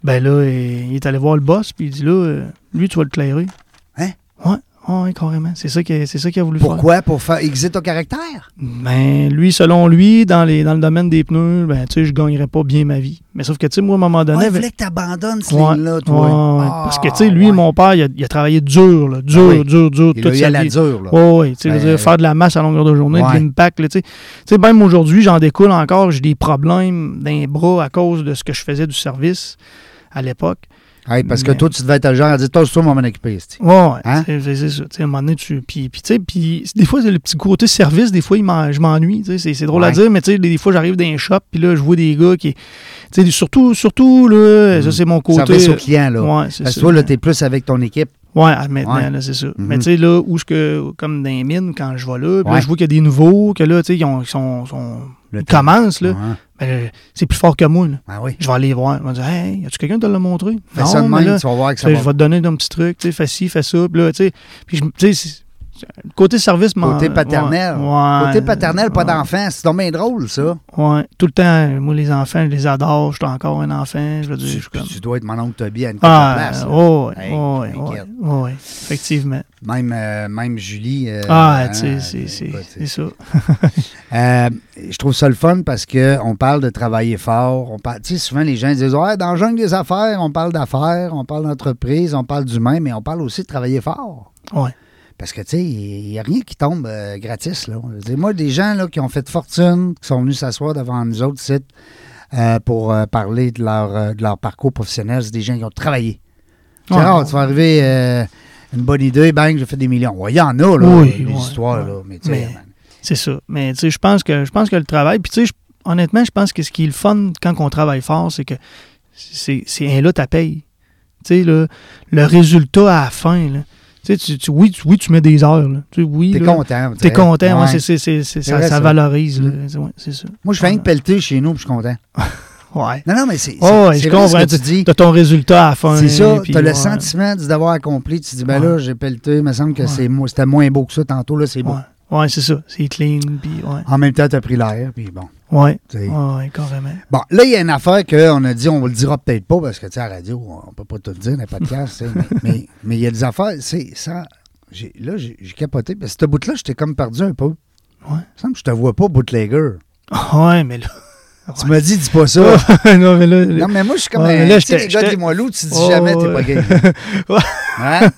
ben là, il il est allé voir le boss, puis il dit, là, euh, lui, tu vas le clairer.
Hein?
Ouais, ouais, carrément. C'est ça qu'il a, c'est ça qu'il a voulu faire.
Pourquoi? Pour faire exiger ton caractère?
Ben, lui, selon lui, dans, les, dans le domaine des pneus, ben, tu sais, je gagnerais pas bien ma vie. Mais sauf que, tu sais, moi, à un moment donné.
Ouais, il
avec-
voulait que t'abandonnes cette
Ouais,
ligne-là,
ouais,
toi.
ouais.
Ah,
Parce que, tu sais, lui,
ouais.
mon père, il a, il a travaillé dur, là, dur,
Ah oui.
dur, dur,
Il
toute
a eu
sa
à la
vie.
dure, là.
Ouais, ouais, tu sais, je veux
Ben,
dire, faire de la masse à longueur de journée,
ouais.
de l'impact, là, tu sais. Tu sais, même aujourd'hui, j'en découle encore, j'ai des problèmes dans les bras à cause de ce que je faisais du service à l'époque.
Hey, parce que
Mais-
toi, tu devais être le genre à dire, toi, c'est toi, mon m'en occuper. c'ti.
Ouais, ouais,
Hein?
c'est- c'est c'est ça. Tu sais, à un moment donné, tu. Puis, puis, tu sais, puis des fois, c'est le petit côté service, des fois, il m'en- je m'ennuie. tu sais, C'est c'est drôle à
Ouais.
dire, mais tu sais, des, des fois, j'arrive dans un shop, puis là, je vois des gars qui. Tu sais, surtout, surtout, là,
Mhm.
ça, c'est mon côté.
Service au client, là.
Ouais, c'est
Parce
ça.
que toi, là, t'es plus avec ton équipe.
Ouais, à- maintenant,
Ouais.
là, c'est ça.
Mhm.
Mais tu sais, là, où ce que, comme dans les mines, quand je vais là, puis là,
Ouais.
je vois qu'il y a des nouveaux, que là, tu sais, ils, ont- ils sont, sont-
Le
ils commencent, là.
Ouais.
Ben, euh, c'est plus fort que moi, là.
Ah oui.
Je vais aller les voir. Ils vont dire, hey, as-tu quelqu'un de le montrer?
Fais ça de
mais
même,
là,
tu vas voir que
tu
ça
sais,
va.
je vais te donner un petit truc, tu sais, fais ci, fais ça, puis là, tu sais. Puis, je- tu sais, c'est- c'est- le côté service, m'en-
Côté paternel.
Ouais, ouais.
Côté paternel, pas
euh, Ouais.
d'enfant. C'est donc bien drôle, ça.
Ouais, tout le temps, moi, les enfants, je les adore, je suis encore un enfant, je veux dire, je
Tu,
suis comme.
tu dois être mon oncle Toby à une
Ah,
place. là.
oh, ouais,
Hey,
ouais,
je
ouais,
m'inquiète.
ouais, effectivement.
Même, euh, même Julie. euh,
ah,
hein,
tu sais,
euh,
c'est- c'est
écoute,
c'est ça.
euh, je trouve ça le fun parce qu'on parle de travailler fort. On parle, tu sais, souvent, les gens disent ouais, dans le jungle des affaires, on parle d'affaires, on parle d'entreprise, on parle d'humain, mais on parle aussi de travailler fort.
Ouais.
Parce que, tu sais, il n'y a rien qui tombe euh, gratis. Là. Je veux dire, moi, des gens là, qui ont fait fortune, qui sont venus s'asseoir devant nous autres sites pour euh, parler de leur, euh, de leur parcours professionnel, c'est des gens qui ont travaillé. C'est
Ouais.
rare, tu vas arriver euh, une bonne idée, bang, j'ai fait des millions. Ouais, Il y en a, là,
Oui,
des
ouais,
histoires,
ouais.
là, mais tu sais,
Mais-
man,
C'est ça. Mais tu sais, je pense que je pense que le travail. Puis tu sais, je- honnêtement, je pense que ce qui est le fun quand on travaille fort, c'est que c'est c'est un là ta paye. Tu sais là, le résultat à la fin là. Tu sais, tu, tu- oui, tu, oui, tu mets des heures là. Tu sais, oui.
t'es
là,
content. tu
T'es
sais.
content. ouais,
Ouais.
c'est- c'est- c'est- c'est-
C'est
ça,
vrai,
ça
ça. Mm.
valorise là. C'est- ouais, c'est ça.
Moi, je fais rien que pelleter chez nous, puis je suis content.
Ouais.
Non, non, mais c'est
Oh,
c'est-
je
c'est vrai ce
comprends.
que tu dis.
T'as ton résultat à la fin.
C'est ça,
puis
tu as le
ouais.
sentiment de d'avoir accompli. Tu te dis, ben
Ouais.
là, j'ai pelleté, il me semble que
Ouais.
c'est mo- c'était moins beau que ça tantôt, là, c'est beau.
Ouais. Ouais, c'est ça. C'est clean. Puis ouais.
En même temps, tu as pris l'air, puis bon.
Ouais.
tu sais.
Ouais, ouais, carrément.
Bon, là, il y a une affaire qu'on a dit, on le dira peut-être pas, parce que, tu sais, à la radio, on peut pas tout dire, dans de classe, mais mais- mais il y a des affaires, c'est ça. j'ai- Là, j'ai j'ai capoté, parce que ce bout-là, j'étais comme perdu un peu.
Ouais.
Il me semble que je te vois pas, bootlegger.
Ouais, mais là.
Tu m'as dit, dis pas ça.
non, mais là,
Non, mais moi, je suis comme
Ouais, mais
un.
là,
Tu sais,
j'étais-
les gars de
j'étais-
Limoilou, tu dis
Oh,
jamais t'es
ouais.
pas gay. Hein?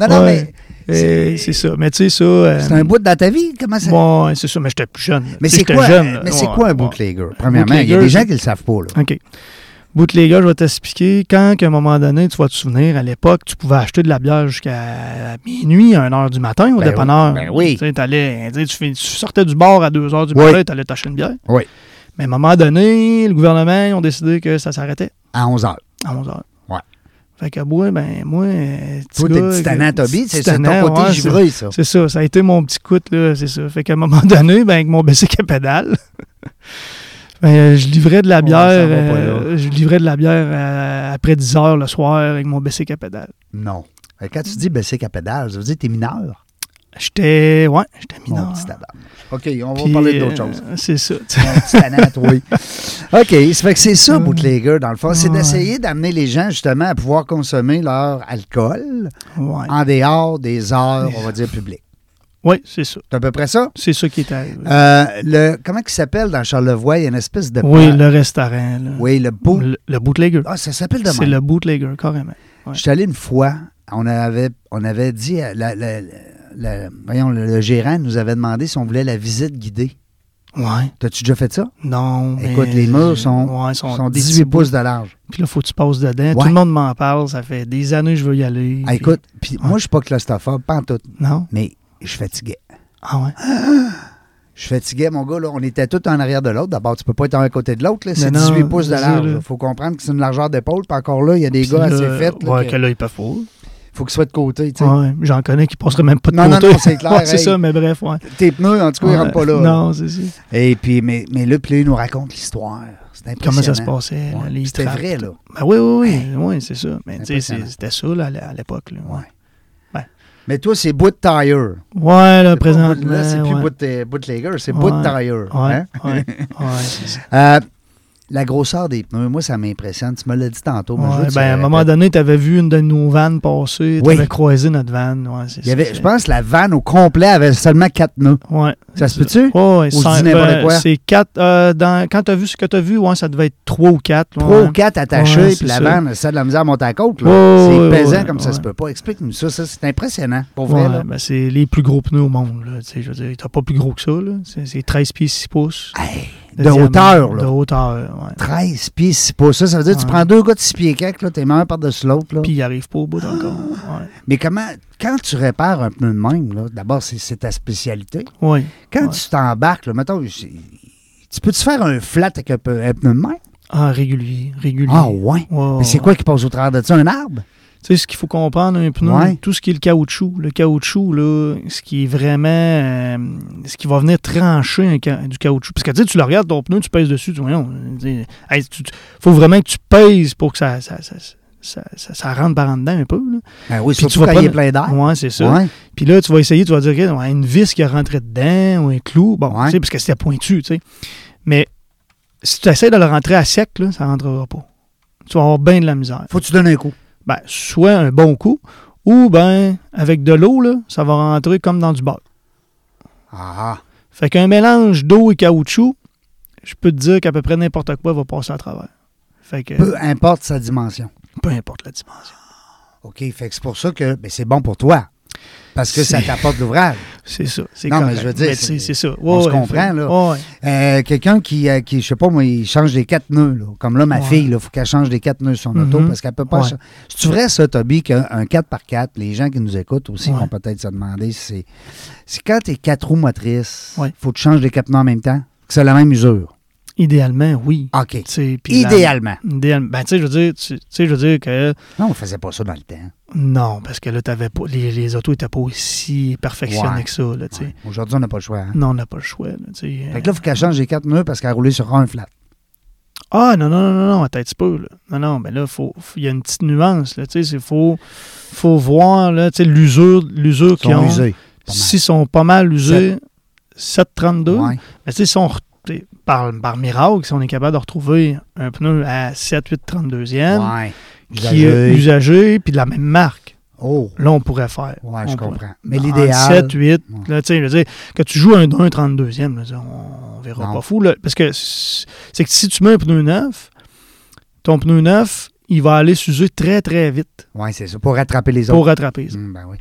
non, non,
Ouais.
mais
euh, c'est ça. Mais tu sais, ça. euh,
c'est un bout dans ta vie. Comment ça.
Bon, ouais, c'est ça, mais j'étais plus jeune.
mais
Tu sais,
c'est
j'étais
quoi,
jeune, là.
mais c'est
Ouais,
quoi un
ouais.
bootlegger? Premièrement, il y a
Bootlegger,
des gens
c'est-
qui le savent pas. Là.
OK. Bootlegger, je vais t'expliquer. Quand, qu'à un moment donné, tu vas te souvenir, à l'époque, tu pouvais acheter de la bière jusqu'à minuit, à 1h du matin au
Ben oui,
dépanneur.
ben oui.
Tu sais, t'allais- tu sais, tu, fais- tu sortais du bar à 2h du
Oui.
matin, tu allais t'acheter une bière.
Oui.
Mais à un moment donné, le gouvernement, ils ont décidé que ça s'arrêtait
À 11 h.
à 11h.
Ouais.
Fait que moi, ben, moi, euh, petit
Toi, t'es
gars,
petit
que-
tannant, Toby.
petit
C'est c'est
tannant,
ton côté
ouais,
givré, ça.
c'est ça, ça a été mon petit coup, là, c'est ça. Fait qu'à un moment donné, ben, avec mon bicycle à pédale, ben, euh, je livrais de la
Ouais,
bière.
ça va pas
euh, je livrais de la bière euh, après 10 heures le soir avec mon bicycle à pédale.
Non. Fait que Quand tu dis baisser qu'à pédale, ça veut dire que t'es mineur.
J'étais. Ouais, j'étais
Mon
mineur.
petit tabarnak. OK, on va
Puis,
parler d'autre chose.
euh, c'est ça. tu sais.
Mon petit tannant, toi. OK, ça fait que c'est ça, bootlegger, dans le fond. C'est
Ouais.
d'essayer d'amener les gens, justement, à pouvoir consommer leur alcool
Ouais,
en dehors des heures, on va dire, publiques.
Ouais, c'est ça.
C'est à peu près ça?
C'est ça qui est arrivé.
Euh, le, comment il s'appelle dans Charlevoix? Il y a une espèce de...
oui, le restaurant. là.
Oui, le boot...
Le, le bootlegger.
Ah, ça s'appelle de
c'est
même.
le bootlegger, carrément.
Je suis allé une fois, on avait, on avait dit, à la- la- la- la- voyons, le, le gérant nous avait demandé si on voulait la visite guidée.
Ouais.
T'as-tu déjà fait ça?
Non. mais-
Écoute, les murs sont,
Ouais, ils
sont
des
18
petits bouts.
pouces de large.
Puis là, faut que tu passes dedans.
Ouais.
Tout le monde m'en parle. Ça fait des années que je veux y aller.
Ah,
Puis-
écoute, puis moi,
Ouais.
je suis pas claustrophobe, pas en tout,
Non?
mais je suis fatigué.
Ah ouais?
Je fatiguais, mon gars, là, on était tous en arrière de l'autre. D'abord, tu peux pas être un côté de l'autre, là, c'est
Mais non,
18 pouces de
c'est
large.
ça,
Il
là.
faut comprendre que c'est une largeur d'épaule, puis encore là, il y a des gars
Puis
assez
là,
faits, là,
Ouais,
que-
que là, ils peuvent pas.
faut qu'ils soient de côté, tu sais.
Ouais, j'en connais qui passeraient même pas de
Non, non,
côté.
non, c'est clair,
Ouais, c'est
hey.
ça, mais bref, ouais.
Tes pneus, en tout cas, ils
Ouais,
rentrent pas là.
Non, c'est ça.
Et puis, mais, mais là, puis là, il nous raconte l'histoire. C'est impressionnant.
Comment ça se passait?
Ouais.
là, les
C'était
trappes,
vrai,
tout.
là.
Ben oui, oui, oui, oui, c'est ça. Mais tu sais,
Impressionnant.
c'est- c'était ça, là, à l'époque, là. Ouais.
Ouais. Mais toi, c'est bout de tire. C'est pas
Ouais, là,
bout-
Euh, présentement.
Là, c'est plus
ouais.
bout de- bootlegger, c'est bout de tire.
Ouais,
hein?
ouais, ouais, c'est ça.
Euh, la grosseur des pneus, moi, ça m'impressionne. Tu me l'as dit tantôt. mais je veux
Ouais,
que tu
ben, à un
le
moment
répètes.
donné, t'avais vu une de nos vannes passer,
Oui.
t'avais croisé notre vanne, ouais, c'est
Il y
ça,
avait,
c'est-
je pense que la vanne au complet avait seulement quatre pneus.
Ouais.
Ça se peut-tu?
Ouais, ouais,
Ou je
cinq,
dis n'importe
ben,
quoi?
C'est quatre. euh, dans, quand t'as vu ce que t'as vu, ouais, ça devait être trois ou quatre. hein.
Trois
ouais.
ou quatre attachés,
Ouais,
puis
c'est
la
ça.
vanne, ça de la misère à monter à côte. là.
Ouais,
c'est
ouais,
pesant
ouais,
comme ça
ouais.
se peut pas. Explique-nous ça. ça c'est impressionnant. Pour vrai,
Ouais,
là.
ben, c'est les plus gros pneus au monde. Là, tu sais, je veux dire, t'as pas plus gros que ça. là. C'est, c'est 13 pieds 6 pouces.
Hey,
de
de
diamètre.
hauteur, là.
De hauteur, ouais.
13 pieds, 6 pouces. Ça, ça veut dire que tu
Ouais.
prends deux gars de 6 pieds 4, là, t'es mains par-dessus l'autre. là.
Puis ils arrivent pas au bout encore. Ouais.
Mais comment, quand tu répares un pneu de même, là, d'abord, c'est, c'est ta spécialité.
Ouais.
Quand
Ouais.
tu t'embarques, là, mettons, c'est- tu peux-tu faire un flat avec un, peu- un pneu de même?
Ah, régulier. Régulier.
Ah, ouais.
Ouais,
Mais c'est
ouais.
quoi qui passe au travers de ça? Un arbre?
Tu sais, ce qu'il faut comprendre, un pneu,
Ouais.
tout ce qui est le caoutchouc. Le caoutchouc, là, ce qui est vraiment. euh, ce qui va venir trancher un ca- du caoutchouc. Parce que tu sais, tu le regardes, ton pneu, tu pèses dessus, tu dis, voyons, euh, tu sais, hey, tu- tu- faut vraiment que tu pèses pour que ça, ça, ça, ça- ça- ça rentre par en dedans un peu. Là.
Ben oui,
Puis
surtout
tu vas
quand il est
prendre-
plein d'air.
Ouais, c'est ça.
Ouais.
Puis là, tu vas essayer, tu vas dire, regarde, ouais, une vis qui est rentrée dedans, ou un clou, bon,
Ouais.
tu sais, parce que c'était pointu, tu sais. Mais si tu essaies de le rentrer à sec, là, ça rentrera pas. Tu vas avoir bien de la misère.
Faut que tu donnes un coup.
Ben, soit un bon coup, ou ben, avec de l'eau, là, ça va rentrer comme dans du beurre.
Ah,
Fait qu'un mélange d'eau et caoutchouc, je peux te dire qu'à peu près n'importe quoi va passer à travers. Fait que,
peu importe sa dimension.
peu importe la dimension.
OK, fait que c'est pour ça que ben, c'est bon pour toi. Parce que ça
C'est-
t'apporte l'ouvrage.
C'est ça. C'est
Non, mais
correct.
je veux dire,
Mais
c'est-
c'est c'est ça. Ouais,
on se
ouais,
comprend,
fait-
là.
ouais, ouais.
Euh, Quelqu'un qui, euh, qui, je sais pas moi, il change les quatre nœuds. là. Comme là, ma
Ouais.
fille, il faut qu'elle change les quatre nœuds sur son
Mhm.
auto parce qu'elle peut pas.
Ouais.
cha- C'est-tu vrai, ça, Toby, qu'un 4x4, les gens qui nous écoutent aussi
Ouais.
vont peut-être se demander si c'est. C'est quand t'es quatre roues motrices,
Ouais.
faut que tu changes les quatre nœuds en même temps, que c'est la même usure.
Idéalement, oui.
OK.
Tu sais, puis la-
Idéalement.
Idéalement. Ben, tu sais, je veux dire, tu tu sais, je veux dire que
Non, on faisait pas ça dans le temps.
non, parce que là, t'avais pas, les, les autos n'étaient pas aussi perfectionnées
Ouais.
que ça, là, tu sais.
Ouais. Aujourd'hui, on n'a pas le choix. hein.
Non, on n'a pas le choix, là, tu sais.
Fait que là, faut qu'elle change les quatre nœuds parce qu'elle a roulé sur un flat.
Ah, non, non, non, non, non, attends un petit peu, là. Non, non, mais là, faut- faut- il y a une petite nuance, là, tu sais, c'est faut, faut voir, là, tu sais, l'usure, l'usure
Ils
qu'ils
sont
ont.
usés. Pas mal.
S'ils sont pas mal usés, 7,32,
Ouais.
mais tu sais, si on re- tu sais, par, par miracle, si on est capable de retrouver un pneu à 7, 8, 32e,
Ouais.
qui est
Usagé.
usagé, puis de la même marque,
Oh.
là, on pourrait faire.
Ouais,
On
je
pourrait-
comprends. Mais
En
l'idéal.
7, 8. Là, tu sais, je veux dire, que tu joues un 1 32e, là, on verra
Non.
pas fou. là. parce que c'est c'est que si tu mets un pneu neuf, ton pneu neuf, il va aller s'user très, très vite
Oui, c'est ça, pour rattraper les
pour
autres.
rattraper ça.
Hum, ben oui.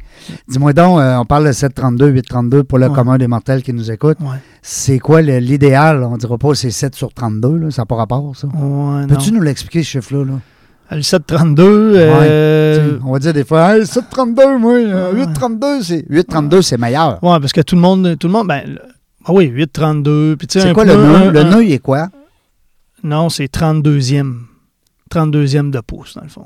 Dis-moi donc, euh, on parle de 732, 832 pour le
Ouais.
commun des mortels qui nous écoutent.
Ouais.
C'est quoi le- l'idéal? On dira pas c'est 7 sur 32, là, ça n'a pas rapport, ça.
Ouais, non.
Peux-tu nous l'expliquer, ce chiffre-là? là?
Le 732, euh,
Tu sais, On va dire des fois, hey, 732, moi, euh,
Ouais.
832, c'est 832, c'est meilleur.
ouais, parce que tout le monde, tout le monde, ben, le- ah oui, 832. puis tu sais,
C'est
un
quoi le
pneu, un-
nœud? Le
un-
nœud, il est quoi?
Non, c'est 32e. 32e de pouce, dans le fond.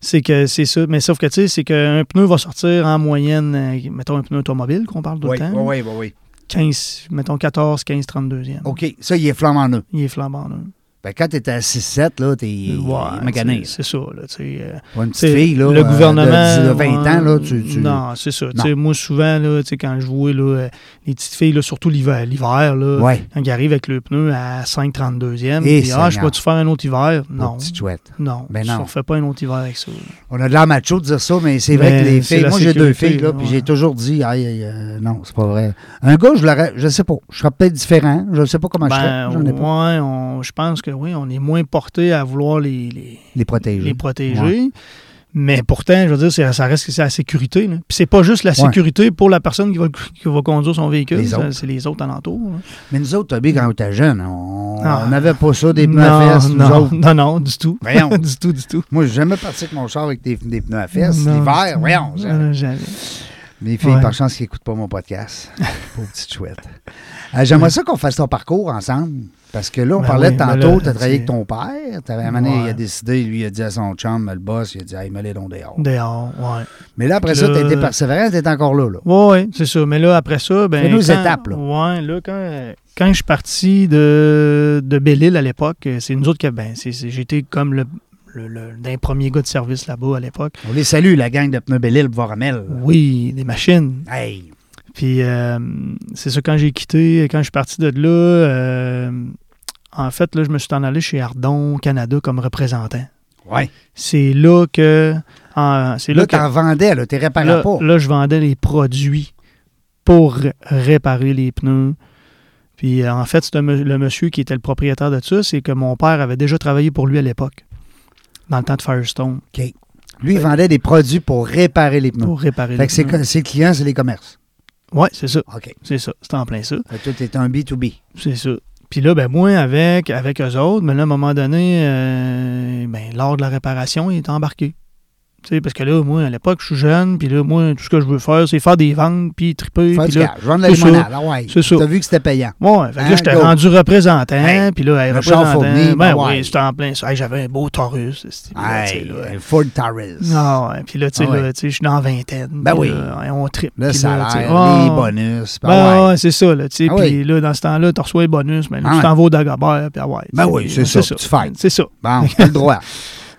C'est que c'est ça. Mais sauf que, tu sais, c'est qu'un pneu va sortir en moyenne, euh, mettons un pneu automobile qu'on parle tout le temps,
oui, oui, oui.
15, mettons 14, 15, 32e.
OK, ça, il est flambant nœud.
Il est flambant, là.
Ben, quand t'es à 6-7, là, t'es
Ouais,
mécané.
C'est c'est ça, là, tu sais. euh,
Pas une
tu sais,
petite fille, là,
le
euh, de-
gouvernement.
de, 20
ouais,
ans, là, tu... tu-
Non, c'est ça. Tu sais, moi, souvent, là, tu sais, quand je jouais, là, euh, les petites filles, là, surtout l'hiver, l'hiver, là,
Ouais,
quand ils arrivent avec le pneu à 5, 32e,
Eh,
puis, ah, je
Seigneur.
peux-tu faire un autre hiver? Non.
non. petite chouette.
Non,
Ben
tu ne
non.
refais pas un autre hiver avec ça. là.
On a de l'air macho de dire ça, mais c'est vrai
Mais
que les
c'est
filles...
la
Moi, j'ai deux
sécurité,
filles, là,
là,
puis
ouais.
j'ai toujours dit, aïe, aïe, euh, non, c'est pas vrai. Un gars, je l'aurais... Je sais pas, je serais peut-être différent, je sais pas comment je
Ben,
serais, j'en ai pas.
ouais, on- je pense que oui, on est moins porté à vouloir les, les,
Les protéger.
les protéger. Mais pourtant, je veux dire, c'est- ça reste que c'est la sécurité. là. Puis c'est pas juste la
Ouais.
sécurité pour la personne qui va, qui va conduire son véhicule,
Les
ça,
autres.
c'est les autres alentours. là.
Mais nous autres, Toby, quand on était jeunes, on
Ah.
on n'avait pas ça, des pneus à
non,
fesses, nous
non,
autres.
non, non, du tout.
Voyons.
du tout, du tout.
Moi, j'ai jamais parti avec mon char avec des, des pneus à fesses.
Non,
L'hiver,
du-
voyons. j'ai-
non, jamais.
Mes filles,
Ouais.
par chance, qui n'écoutent pas mon podcast. Pauvre petite chouette. Euh, J'aimerais ça qu'on fasse ton parcours ensemble. Parce que là, on
Ben
parlait
oui, ben
tantôt,
là,
tu as travaillé avec
c'est-
ton père. T'avais, à un moment donné,
Ouais.
il a décidé, lui, il a dit à son chum, le boss, il a dit, hey, mets les dons dehors.
Dehors, ouais.
Mais là, après ça,
Mm. Là-
tu as été persévérant, tu es encore là. là.
Oui, ouais, c'est ça. Mais là, après ça, ben.
Fais-nous les
quand-
étapes, là.
Ouais, là, quand, quand je suis parti de, de Belle-Île à l'époque, c'est nous autres qui. Ben, c'est- c'est- j'étais comme le, le, le- d'un premier gars de service là-bas à l'époque.
On les salue, la gang de pneus Belle-Île, Voramel.
Oui, des machines.
Hey!
Puis, euh, c'est ça, quand j'ai quitté, quand je suis parti de là, euh, en fait, là, je me suis en allé chez Ardon Canada comme représentant.
Ouais.
C'est là que. en- c'est là,
Là,
que.
t'en vendais, là, t'es réparé
Là,
pas.
là, je vendais les produits pour ré- réparer les pneus. Puis euh, en fait, c'est un mo- le monsieur qui était le propriétaire de ça, c'est que mon père avait déjà travaillé pour lui à l'époque, dans le temps de Firestone,
Lui, il vendait des produits pour réparer les pneus.
pour réparer
Fait
les
que ses,
pneus.
co- ses clients, c'est les commerces.
Ouais, c'est ça,
OK.
c'est ça, c'est en plein ça,
Fait que toi, t'es un B2B.
c'est ça. Puis là, ben moi, avec, avec eux autres, mais là, à un moment donné, euh, ben, l'art de la réparation, il est embarqué. Tu sais, parce que là, moi, à l'époque, je suis jeune, puis là, moi, tout ce que je veux faire, c'est faire des ventes, puis triper,
Faire
puis
du
là,
cash, vendre la
c'est ça.
limonade. Ah ouais.
C'est ça.
T'as vu que c'était payant.
Ouais, fait que
Hein,
là, j'étais
go.
rendu représentant,
Hey,
puis là, hey,
le char
représentant,
fourni,
ben
ben ouais.
oui, j'étais en plein ça. Hey, j'avais un beau Taurus, c'était là, tu sais,
Hey,
là. hein.
un Ford Taurus.
Ah ouais, puis là, tu sais,
Ah ouais.
là, tu sais, je suis dans la vingtaine.
Ben
puis
oui.
là, hey, on tripe.
Le
puis là, tu sais,
salaire,
ah,
les bonus. Ben,
Ben ouais,
ouais.
c'est ça, là, tu sais,
Ah
puis
oui.
là, dans ce temps-là, tu reçois les bonus, mais là,
Ah
tu
ouais.
t'en vas au Dagobert, puis ah ouais.
Ben
tu sais,
oui, c'est ça, tu fêtes.
C'est ça.
Bon, t'as le droit.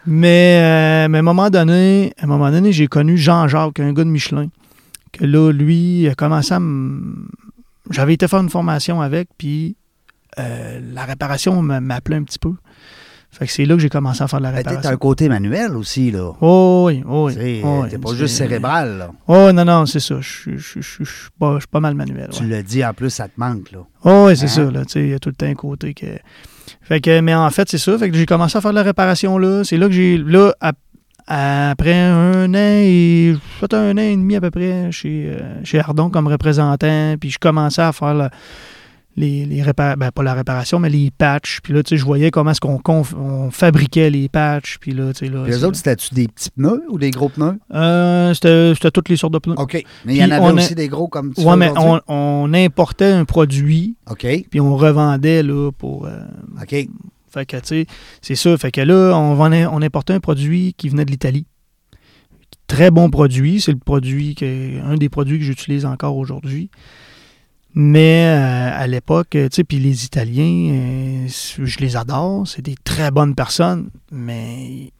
Mais, euh, mais à un moment donné, à un moment donné, j'ai connu Jean-Jacques, un gars de Michelin, que là, lui, il a commencé à me... J'avais été faire une formation avec, puis euh, la réparation m'a- m'appelait un petit peu. Fait que c'est là que j'ai commencé à faire de la
Ben, t'as un
réparation.
côté manuel aussi, là.
Oh oui, oh oui.
Tu sais,
oh oui,
T'es pas
c'est-
juste cérébral, là.
Oh non, non, c'est ça. Je suis- je suis- je suis je suis pas, je suis pas mal manuel. ouais.
Tu le dis, en plus, ça te manque, là.
Oh, oui, c'est
Hein?
ça. Là, tu sais, il y a tout le temps un côté que. Fait que, mais en fait, c'est ça. Fait que j'ai commencé à faire de la réparation là. C'est là que j'ai. Là, ap- après un an et. Peut-être un an et demi à peu près chez, euh, chez Ardon comme représentant. Puis je commençais à faire la- les, les répa- ben, pas la réparation, mais les patchs. Puis là, tu sais, je voyais comment est-ce qu'on conf- on fabriquait les patchs. Puis là, tu sais, là.
Puis
c'est
eux
là.
autres, c'était-tu des petits pneus ou des gros pneus?
Euh, C'était c'était toutes les sortes de pneus.
OK. Mais il y en
Puis on
avait
a-
aussi des gros comme tu
ouais,
fais
mais
aujourd'hui?
on, on importait un produit.
OK.
Puis on revendait là pour. euh,
OK.
Fait que, tu sais, c'est ça. Fait que là, on, vendait- on importait un produit qui venait de l'Italie. Très bon produit. C'est le produit que, un des produits que j'utilise encore aujourd'hui. Mais euh, à l'époque, euh, tu sais, puis les Italiens, euh, je les adore. C'est des très bonnes personnes, mais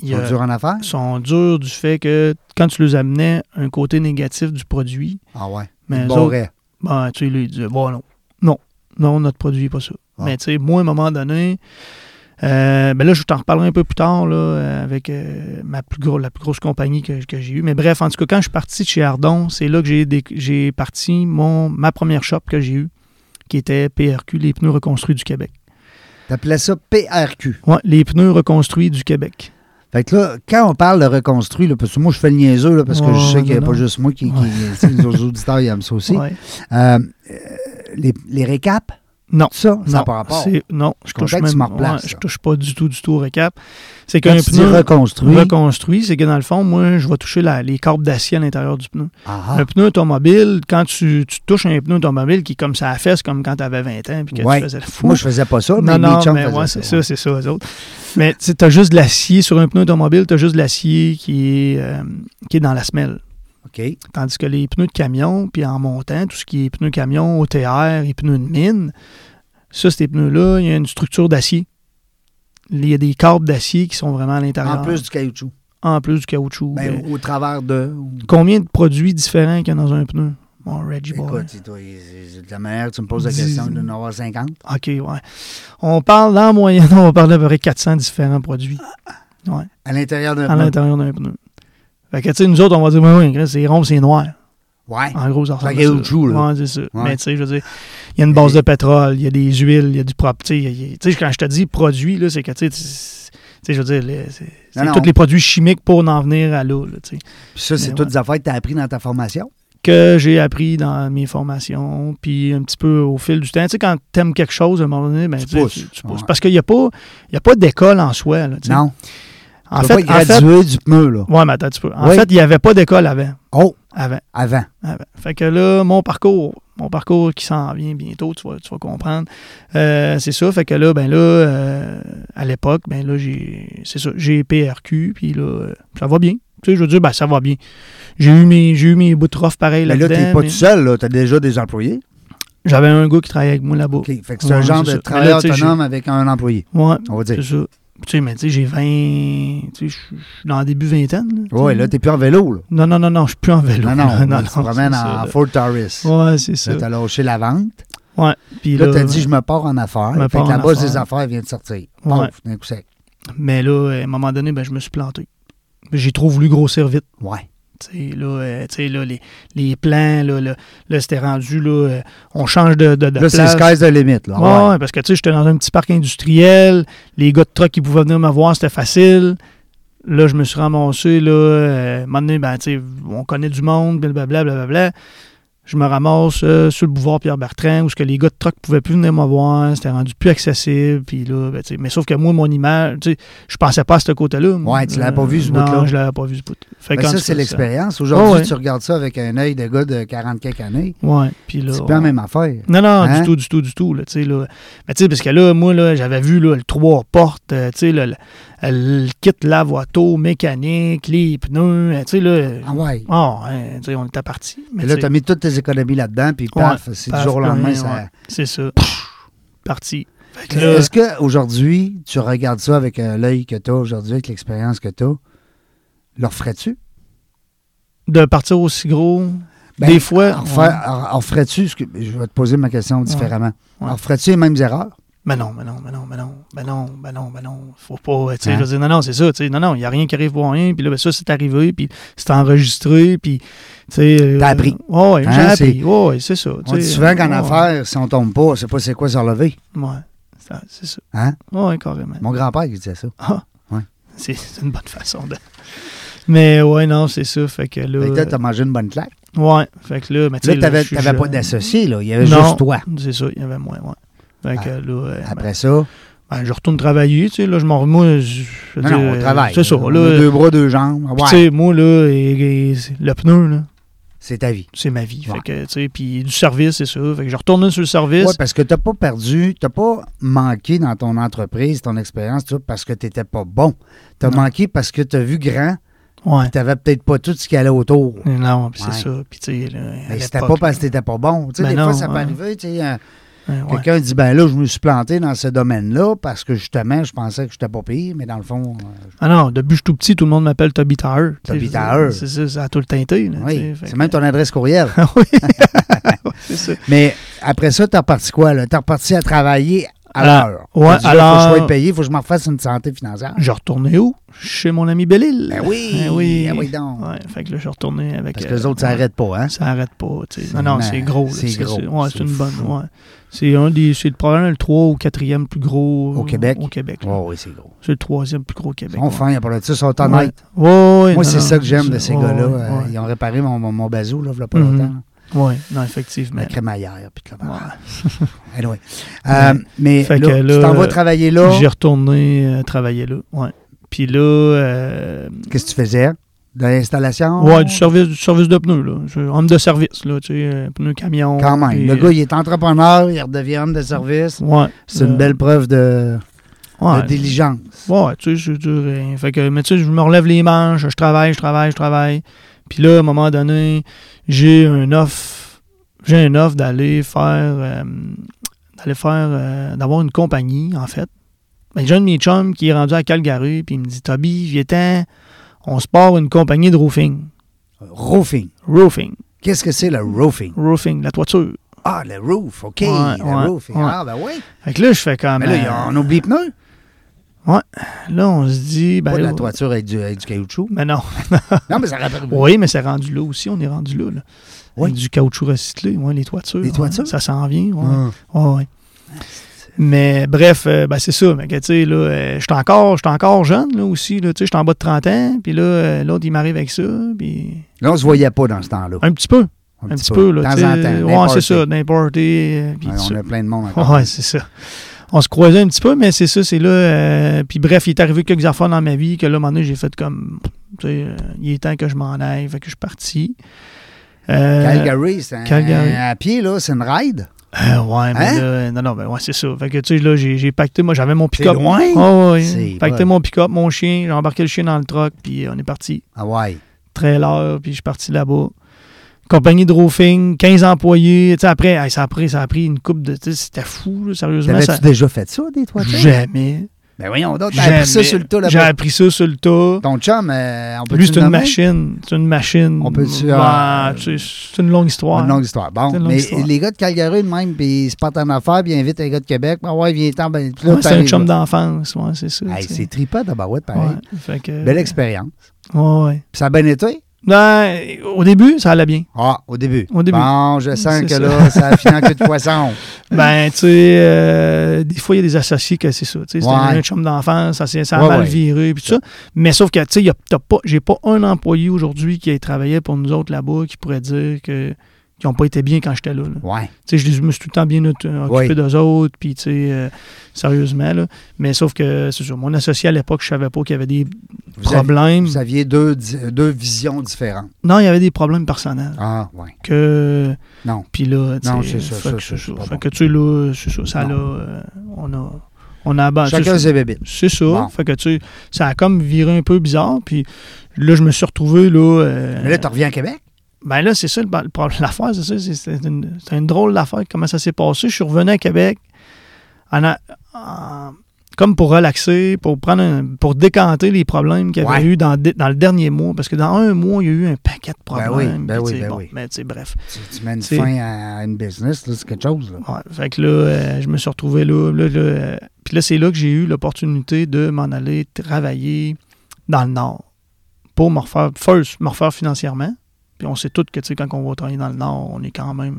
il y
Ils
a-
sont durs en affaires?
sont durs du fait que quand tu les amenais un côté négatif du produit,
Ah ouais.
mais
Ils
eux
te
autres,
barraient.
ben, tu sais, lui, il disait, bon, non. Non, non, notre produit, pas ça.
Ah.
Mais tu sais, moi, à un moment donné, euh, ben là, je t'en reparlerai un peu plus tard, là, euh, avec euh, ma plus gros, la plus grosse compagnie que, que j'ai eue. Mais bref, en tout cas, quand je suis parti de chez Ardon, c'est là que j'ai, déc- j'ai parti mon, ma première shop que j'ai eue, qui était PRQ, les pneus reconstruits du Québec.
T'appelais ça PRQ.
Ouais, les pneus reconstruits du Québec.
Fait que là, quand on parle de reconstruit, là, parce que moi, je fais le niaiseux, là, parce que
Ouais,
je sais qu'il n'y a
non,
pas
non.
juste moi qui. qui
Ouais.
tu sais, nos auditeurs, ils aiment ça aussi.
Ouais.
Euh, euh, les, les récaps,
Non.
tout ça, ça
non,
n'a pas rapport.
c'est- Non, je
suis content
touche
que tu
même
me replaces,
ouais, je
là.
touche pas du tout, du tout au récap. C'est
Quand
qu'un
tu dis
pneu
reconstruit.
reconstruit, c'est que dans le fond, moi, je vais toucher la- les corbes d'acier à l'intérieur du pneu.
Ah,
Un pneu automobile, quand tu, tu touches un pneu automobile qui est comme ça à la fesse, comme quand tu avais 20 ans puis que
Ouais.
tu faisais le fou.
moi, je faisais pas ça, mais
non,
mes
non,
chums
mais
faisaient
ouais, c'est
ouais.
ça, c'est ça, eux autres. Mais tu as juste de l'acier sur un pneu automobile, tu as juste de l'acier qui, est, euh, qui est dans la semelle.
OK.
Tandis que les pneus de camion, puis en montant, tout ce qui est pneus camion, OTR et pneus de mine, ça, ces pneus-là, il y a une structure d'acier. Il y a des câbles d'acier qui sont vraiment à l'intérieur.
En plus du caoutchouc.
En plus du caoutchouc.
Ben,
Ben,
au travers de. ou-
Combien de produits différents qu'il y a dans un pneu? Mon Reggie Boy.
Écoute, toi, c'est- c'est de la manière que tu me poses la
Dis-
question, de en avoir 50.
OK, ouais. On parle, en moyenne, on parle d'à peu près 400 différents produits
À l'intérieur d'un
à
pneu.
l'intérieur d'un pneu. Fait que, tu sais, nous autres, on va dire, oui, oui, c'est rond, c'est noir.
Ouais.
En gros, ça ressemble
Fait
à ça.
caoutchouc, là.
Ouais, c'est ça. Mais tu sais, je veux dire, il y a
Et-
une base de pétrole, il y a des huiles, il y a du propre. Tu sais, il y a- tu sais, quand je te dis produit, là, c'est que, tu sais, tu- tu sais, je veux dire, les- c'est c'est
Non, non.
tous les produits chimiques pour en venir à l'eau, là, tu sais.
Puis ça, c'est
Mais
toutes
ouais.
des affaires que tu as apprises dans ta formation.
Que j'ai appris dans mes formations, puis un petit peu au fil du temps. Tu sais, quand t'aimes quelque chose, à un moment donné, ben,
Tu
tu sais,
pousses.
tu- tu pousses.
Ouais.
Parce qu'il n'y a pas, il y a pas d'école en soi, là, tu sais.
Non.
En
Tu
fait,
vas
en
pas être
fait,
gradué du pneu, là.
ouais, mais attends, un petit peu. En
Oui.
fait, il n'y avait pas d'école avant.
Oh,
Avant.
avant.
Ah ben, Fait que là, mon parcours, mon parcours qui s'en vient bientôt, tu vas, tu vas comprendre. Euh, c'est ça. Fait que là, ben là, euh, à l'époque, ben là, j'ai. C'est ça. J'ai PRQ, puis là, euh, ça va bien. Tu sais, je veux dire, ben ça va bien. J'ai eu mes. J'ai eu mes bouts de rough pareil
Mais là,
là-dedans.
t'es pas
mais
tout seul, là. T'as déjà des employés.
J'avais un gars qui travaillait avec moi là-bas.
OK. Fait que c'est un
Oh. Ouais,
genre
c'est
de
ça.
travailleur
Mais là, tu sais,
autonome avec un employé,
Ouais,
on va
c'est
dire.
ça. Tu sais, mais tu sais, j'ai 20. Tu sais, je suis je suis dans le début vingtaine. Là, tu sais.
Ouais, là, t'es plus en vélo, là.
Non, non, non, non, je suis plus en vélo.
Non, non,
non,
tu te promènes
c'est ça,
en
là.
Ford Taurus.
Ouais, c'est ça.
Là, t'as lâché la vente.
Puis
Là,
là,
t'as dit, je me pars en affaires.
me
Fait
pars
que
en
la base
affaires.
des affaires vient de sortir.
Ouais.
Pouf, d'un coup sec.
Mais là, à un moment donné, ben, je me suis planté. J'ai trop voulu grossir vite.
Ouais.
Tu sais, là, euh, tu sais, là, les, les plans, là, là, là, c'était rendu, là, euh, on change de, de, de
Là, c'est
place.
sky's the limit, là.
Ouais,
Ouais.
ouais, parce que tu sais, j'étais dans un petit parc industriel, les gars de truck qui pouvaient venir me voir, c'était facile. Là, je me suis ramassé, là, euh, à un moment donné, ben, tu sais, on connaît du monde, blablabla, blablabla. Je me ramasse euh, sur le boulevard Pierre-Bertrand, où ce que les gars de truck pouvaient plus venir me voir, c'était rendu plus accessible, puis là, ben, tu sais, mais sauf que moi, mon image, tu sais, je pensais pas à ce côté-là. moi.
Ouais, tu l'avais pas vu, ce
Non,
bout-là.
je l'avais pas vu, ce bout Fait
Ben,
qu'en
ça,
tout
c'est
cas,
l'expérience. Aujourd'hui,
Ouais, ouais.
tu regardes ça avec un œil de gars de 40 quelques années.
Ouais, puis là...
C'est pas la
on-
même affaire.
Non, non,
Hein?
du tout, du tout, du tout. Là, tu sais, là. Mais tu sais, parce que là, moi, là, j'avais vu là, le trois portes, euh, tu sais, le, le- le kit lave auto, mécanique, les pneus, euh, tu sais, là.
Ah ouais.
Oh, hein, tu sais, on était parti. Mais
Et là,
tu
t'as
sais,
mis toutes tes économies là-dedans, puis
Ouais,
paf, c'est du
paf,
jour au
plus
lendemain.
rien,
ça-
ouais. c'est ça. parti. Fait que là,
Est-ce qu'aujourd'hui, tu regardes ça avec euh, l'œil que tu as aujourd'hui, avec l'expérience que tu as, le referais-tu?
de partir aussi gros,
Ben,
des fois.
En refaire- en- en referais-tu? ce que- Je vais te poser ma question différemment.
Ouais.
En referais-tu les mêmes erreurs?
Mais non, mais non, mais non, mais non, mais non, mais non, mais non, faut pas, tu sais,
Hein?
je veux dire, non, non, c'est ça, tu sais, non, non, il n'y a rien qui arrive pour rien, puis là, ben, ça, c'est arrivé, puis c'est enregistré, puis, tu sais... euh,
T'as appris.
Ouais, j'ai
Hein,
appris, ouais, ouais, c'est ça, tu
On dit
sais, euh,
souvent qu'en
ouais,
affaires, si on tombe pas, on sait pas c'est quoi se relever.
Ouais, ça, c'est ça,
Hein?
ouais, carrément.
Mon grand-père, il disait ça.
Ah,
Ouais.
c'est c'est une bonne façon de... Mais ouais, non, c'est ça, fait que là...
Fait que là, t'as mangé une bonne claque.
euh, ouais, fait que là, mais tu
Là,
sais, là,
t'avais
je suis
t'avais pas
jeune.
d'associé, là. Il y avait
Non,
juste toi.
c'est ça, il y avait moins, ouais. Fait que
Ah,
là, euh, ben,
Après ça,
ben, je retourne travailler, tu sais, là, je m'en remous...
non, non, on travaille.
C'est ça,
On a
là...
Deux bras, deux jambes.
Puis,
Ouais,
tu sais, moi, là, et- et c'est- le pneu, là,
c'est ta vie.
c'est ma vie.
Ouais.
Fait que, tu sais, puis du service, c'est ça. Fait que je retourne sur le service.
Oui, parce que t'as pas perdu, t'as pas manqué dans ton entreprise, ton expérience, tout, parce que t'étais pas bon. T'as
Non.
manqué parce que t'as vu grand,
ouais.
t'avais peut-être pas tout ce qui allait autour.
Et Non, puis
Ouais.
c'est ça. Puis, tu sais, là, à
Mais c'était pas
l'époque,
parce que t'étais pas bon. Tu sais,
Ben
des
non,
fois, ça peut
ouais.
arriver, tu sais, euh,
ouais, ouais.
quelqu'un dit, ben là, je me suis planté dans ce domaine-là parce que justement, je pensais que j'étais pas pire, mais dans le fond, euh,
Ah non, depuis je suis tout petit, tout le monde m'appelle Toby Tower. Tu sais,
Toby
je veux dire,
Tower.
C'est ça, ça a tout le teinté. là, tu
oui,
sais, fait
c'est
que-
même ton adresse courriel.
Ah oui, c'est ça.
mais après ça, t'es reparti quoi, là? T'es reparti à travailler à l'heure.
Ah, ouais,
Il dit, là,
alors-
Faut que je sois payé, faut que je m'en fasse une santé financière.
Je retournais où? Chez mon ami Bellil.
Ben oui,
Ben oui.
ben oui donc.
Ouais, fait que là, je retournais avec.
Parce que
euh,
les autres, ça n'arrête pas, hein?
Ça arrête pas. tu sais.
C'est
Non, non,
ma-
c'est gros. là.
c'est gros.
C'est ouais, c'est
C'est
une bonne.
fou.
Ouais. C'est un des. C'est le- probablement le 3 ou 4e plus gros.
Au Québec?
Au Québec. là.
Oh, oui, c'est gros.
C'est le troisième plus gros au
Ils
Québec.
sont
ouais.
fins, il n'y a pas de ça, ils sont
Ouais.
honnêtes.
Ouais,
Moi,
ouais, non,
c'est
non,
ça que j'aime de ces
ouais,
gars-là.
ouais,
euh,
ouais.
Ils ont réparé mon, mon, mon bazou, là, il n'y a pas
Mhm.
longtemps.
Ouais, non, effectivement.
La crémaillère, puis tout le
Ouais.
monde. Anyway. Euh, mais
Fait
là,
que là,
tu t'en vas travailler là.
J'ai retourné euh, travailler là. Ouais. Puis là, euh,
Qu'est-ce que tu faisais? De l'installation?
ouais, du service, du service de pneus, là. Je- homme de service, là, tu sais, euh, pneus camion.
Quand même.
puis,
le
euh,
gars, il est entrepreneur, il redevient homme de service.
ouais,
C'est une
euh,
belle preuve de, de
ouais,
diligence.
Ouais, tu sais, je veux dire, euh, fait que, mais tu sais, je me relève les manches, je travaille, je travaille, je travaille. Puis là, à un moment donné, j'ai un offre, j'ai un offre d'aller faire, euh, d'aller faire, euh, d'avoir une compagnie, en fait. Ben, j'ai un de mes chums qui est rendu à Calgary, puis il me dit, Toby, viens-t'en, on se part une compagnie de roofing.
Roofing.
Roofing,
Qu'est-ce que c'est le roofing?
roofing, la toiture.
Ah, le roof, OK.
Ouais,
le
ouais,
roofing.
ouais.
Ah, ben oui.
Fait que là, je fais comme,
Mais là, il y a-
euh,
on oublie pneus.
là, on se dit, ben,
Pas de la
là,
toiture avec du, avec du caoutchouc.
ben non.
Non, mais ça rappelle.
Oui, mais c'est rendu là aussi, on est rendu là. là.
Oui.
Avec Du caoutchouc recyclé, ouais, les toitures.
Les
ouais,
toitures?
ça s'en vient. Ouais.
Ah.
Ouais, ouais. Mais bref, euh, ben, c'est ça. Mais que, tu sais, là, euh, je suis encore, j'étais encore jeune là, aussi. Là, tu sais, je suis en bas de 30 ans. Puis là, euh, l'autre, il m'arrive avec ça. Puis
Là, on se voyait pas dans ce temps-là.
un petit peu. Un, petit peu.
De
là,
temps
tu sais.
en temps.
Ouais,
n'importe.
c'est ça. D'importer. euh, puis
Ouais,
tout ça.
on a plein de monde encore.
Ouais, c'est ça. On se croisait un petit peu, mais c'est ça, c'est là. euh, puis bref, il est arrivé quelques affaires dans ma vie que là, à un moment donné, j'ai fait comme. Tu sais, euh, il est temps que je m'en aille, fait que je suis parti. Euh,
Calgary, c'est un-
Calgary.
à pied, là, c'est une ride.
euh, ouais, mais
Hein?
là, non, non, ben ouais, c'est ça. Fait que tu sais, là, j'ai j'ai pacté, moi, j'avais mon
C'est
pick-up.
loin.
Ah ouais,
C'est
pacté
bon.
mon pick-up, mon chien, j'ai embarqué le chien dans le truck, puis euh, on est parti.
Ah ouais.
Trailer, puis je suis parti là-bas. Compagnie de roofing, 15 employés. Tu sais, après, hey, ça, a pris, ça a pris une coupe de. tu sais, C'était fou, là, sérieusement.
T'avais-tu
Ça,
déjà fait ça, des toitures?
jamais.
Ben voyons donc, t'as appris ça
Jamais.
sur le tas
J'ai
là-bas.
appris ça sur le tas.
Ton chum, euh, on peut
Lui, c'est une machine. C'est une machine.
On peut-tu, euh,
Ouais, tu sais, c'est une longue histoire.
Une longue histoire. Bon,
C'est une longue
mais
histoire.
les gars de Calgary, de même, puis ils se partent en affaires, puis ils invitent les gars de Québec. Ben ouais, viens ten ben, puis là,
Ouais, c'est un
t'arrives
chum
là.
d'enfance. Ouais, c'est ça.
Hey,
tu sais.
c'est tripant de barouette, pareil.
Ouais, fait que-
Belle expérience.
Ouais, ouais.
Puis ça a bien été?
Ben, au début, ça allait bien.
Ah, au début.
Au début.
Bon, je sens
C'est
que
ça.
là, ça a fini en queue de poisson.
Ben, tu sais, euh, des fois, il y a des associés que c'est ça. Tu sais, c'est
Ouais.
un chum d'enfance, ça, s'est- ça a
Ouais,
mal
ouais.
viré, puis tout ça. Mais sauf que, tu sais, il y a- t'as pas- j'ai pas un employé aujourd'hui qui a travaillé pour nous autres là-bas qui pourrait dire que qui n'ont pas été bien quand j'étais là. là.
Ouais.
Tu sais, je les- je me suis tout le temps bien ot- euh, occupé
Oui.
d'eux autres, puis tu sais, euh, sérieusement, là. Mais sauf que, c'est sûr, mon associé à l'époque, je savais pas qu'il y avait des
Vous, aviez,
problèmes.
vous aviez deux, di- deux visions différentes.
Non, il y avait des problèmes personnels.
Ah, ouais.
Que...
Non.
Puis là, tu
Non,
sais,
c'est ça,
fait
ça,
que
ça, c'est pas
Fait
bon.
que tu sais, là, c'est ça, ça
Non.
là, euh, on a, on a abattu.
Chacun ses bébés.
C'est Ah, ça.
Bon.
Fait que tu sais, ça a comme viré un peu bizarre. Puis là, je me suis retrouvé là. euh,
Mais là, tu reviens à Québec?
ben là, c'est ça le, le problème. L'affaire, c'est ça. c'est- C'est une, c'est une drôle d'affaire. Comment ça s'est passé? Je suis revenu à Québec en a- en- comme pour relaxer, pour prendre un- pour décanter les problèmes qu'il y avait
Ouais.
eu dans, dé- dans le dernier mois. Parce que dans un mois, il y a eu un paquet de
Ben oui,
problèmes.
ben
puis,
oui,
tu sais,
ben
bon,
oui.
Mais tu sais, bref.
Tu, tu mets une
C'est-
fin à une business, là, c'est quelque chose. Là.
Ouais, fait que là, euh, je me suis retrouvé là. là, là, euh, puis là, c'est là que j'ai eu l'opportunité de m'en aller travailler dans le Nord pour me refaire, first, me refaire financièrement. Puis on sait tous que, tu sais, quand on va travailler dans le Nord, on est quand même...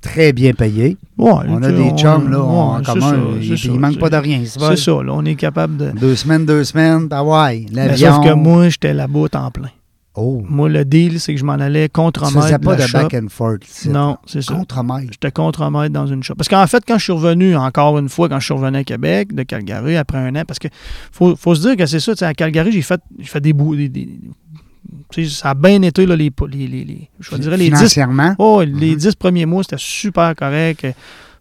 Très bien payé.
Ouais,
On
Ben, tu
a
sais,
des
on-
chums, là,
ouais,
en
c'est
commun.
ça,
il-
c'est
puis
ça,
il manque
c'est-
pas de rien. C'est pas-
C'est ça, là, on est capable de...
Deux semaines, deux semaines, ah ouais,
Mais
l'avion.
sauf que moi, j'étais là-bas au temps plein.
oh,
Moi, le deal, c'est que je m'en allais contre
tu faisais pas de back
shop.
and forth. c'est-
Non, c'est ça.
Contre-maître.
J'étais contre-maître dans une shop. Parce qu'en fait, quand je suis revenu, encore une fois, quand je suis revenu à Québec, de Calgary, après un an, parce que faut, faut se dire que c'est ça, tu sais, à Calgary, j'ai fait, j'ai fait des bouts. des- des- tu sais, ça a bien été, là, les, les, les, les- je dirais les 10,
Financièrement.
oh, les
Mm-hmm.
10 premiers mois, c'était super correct. Euh,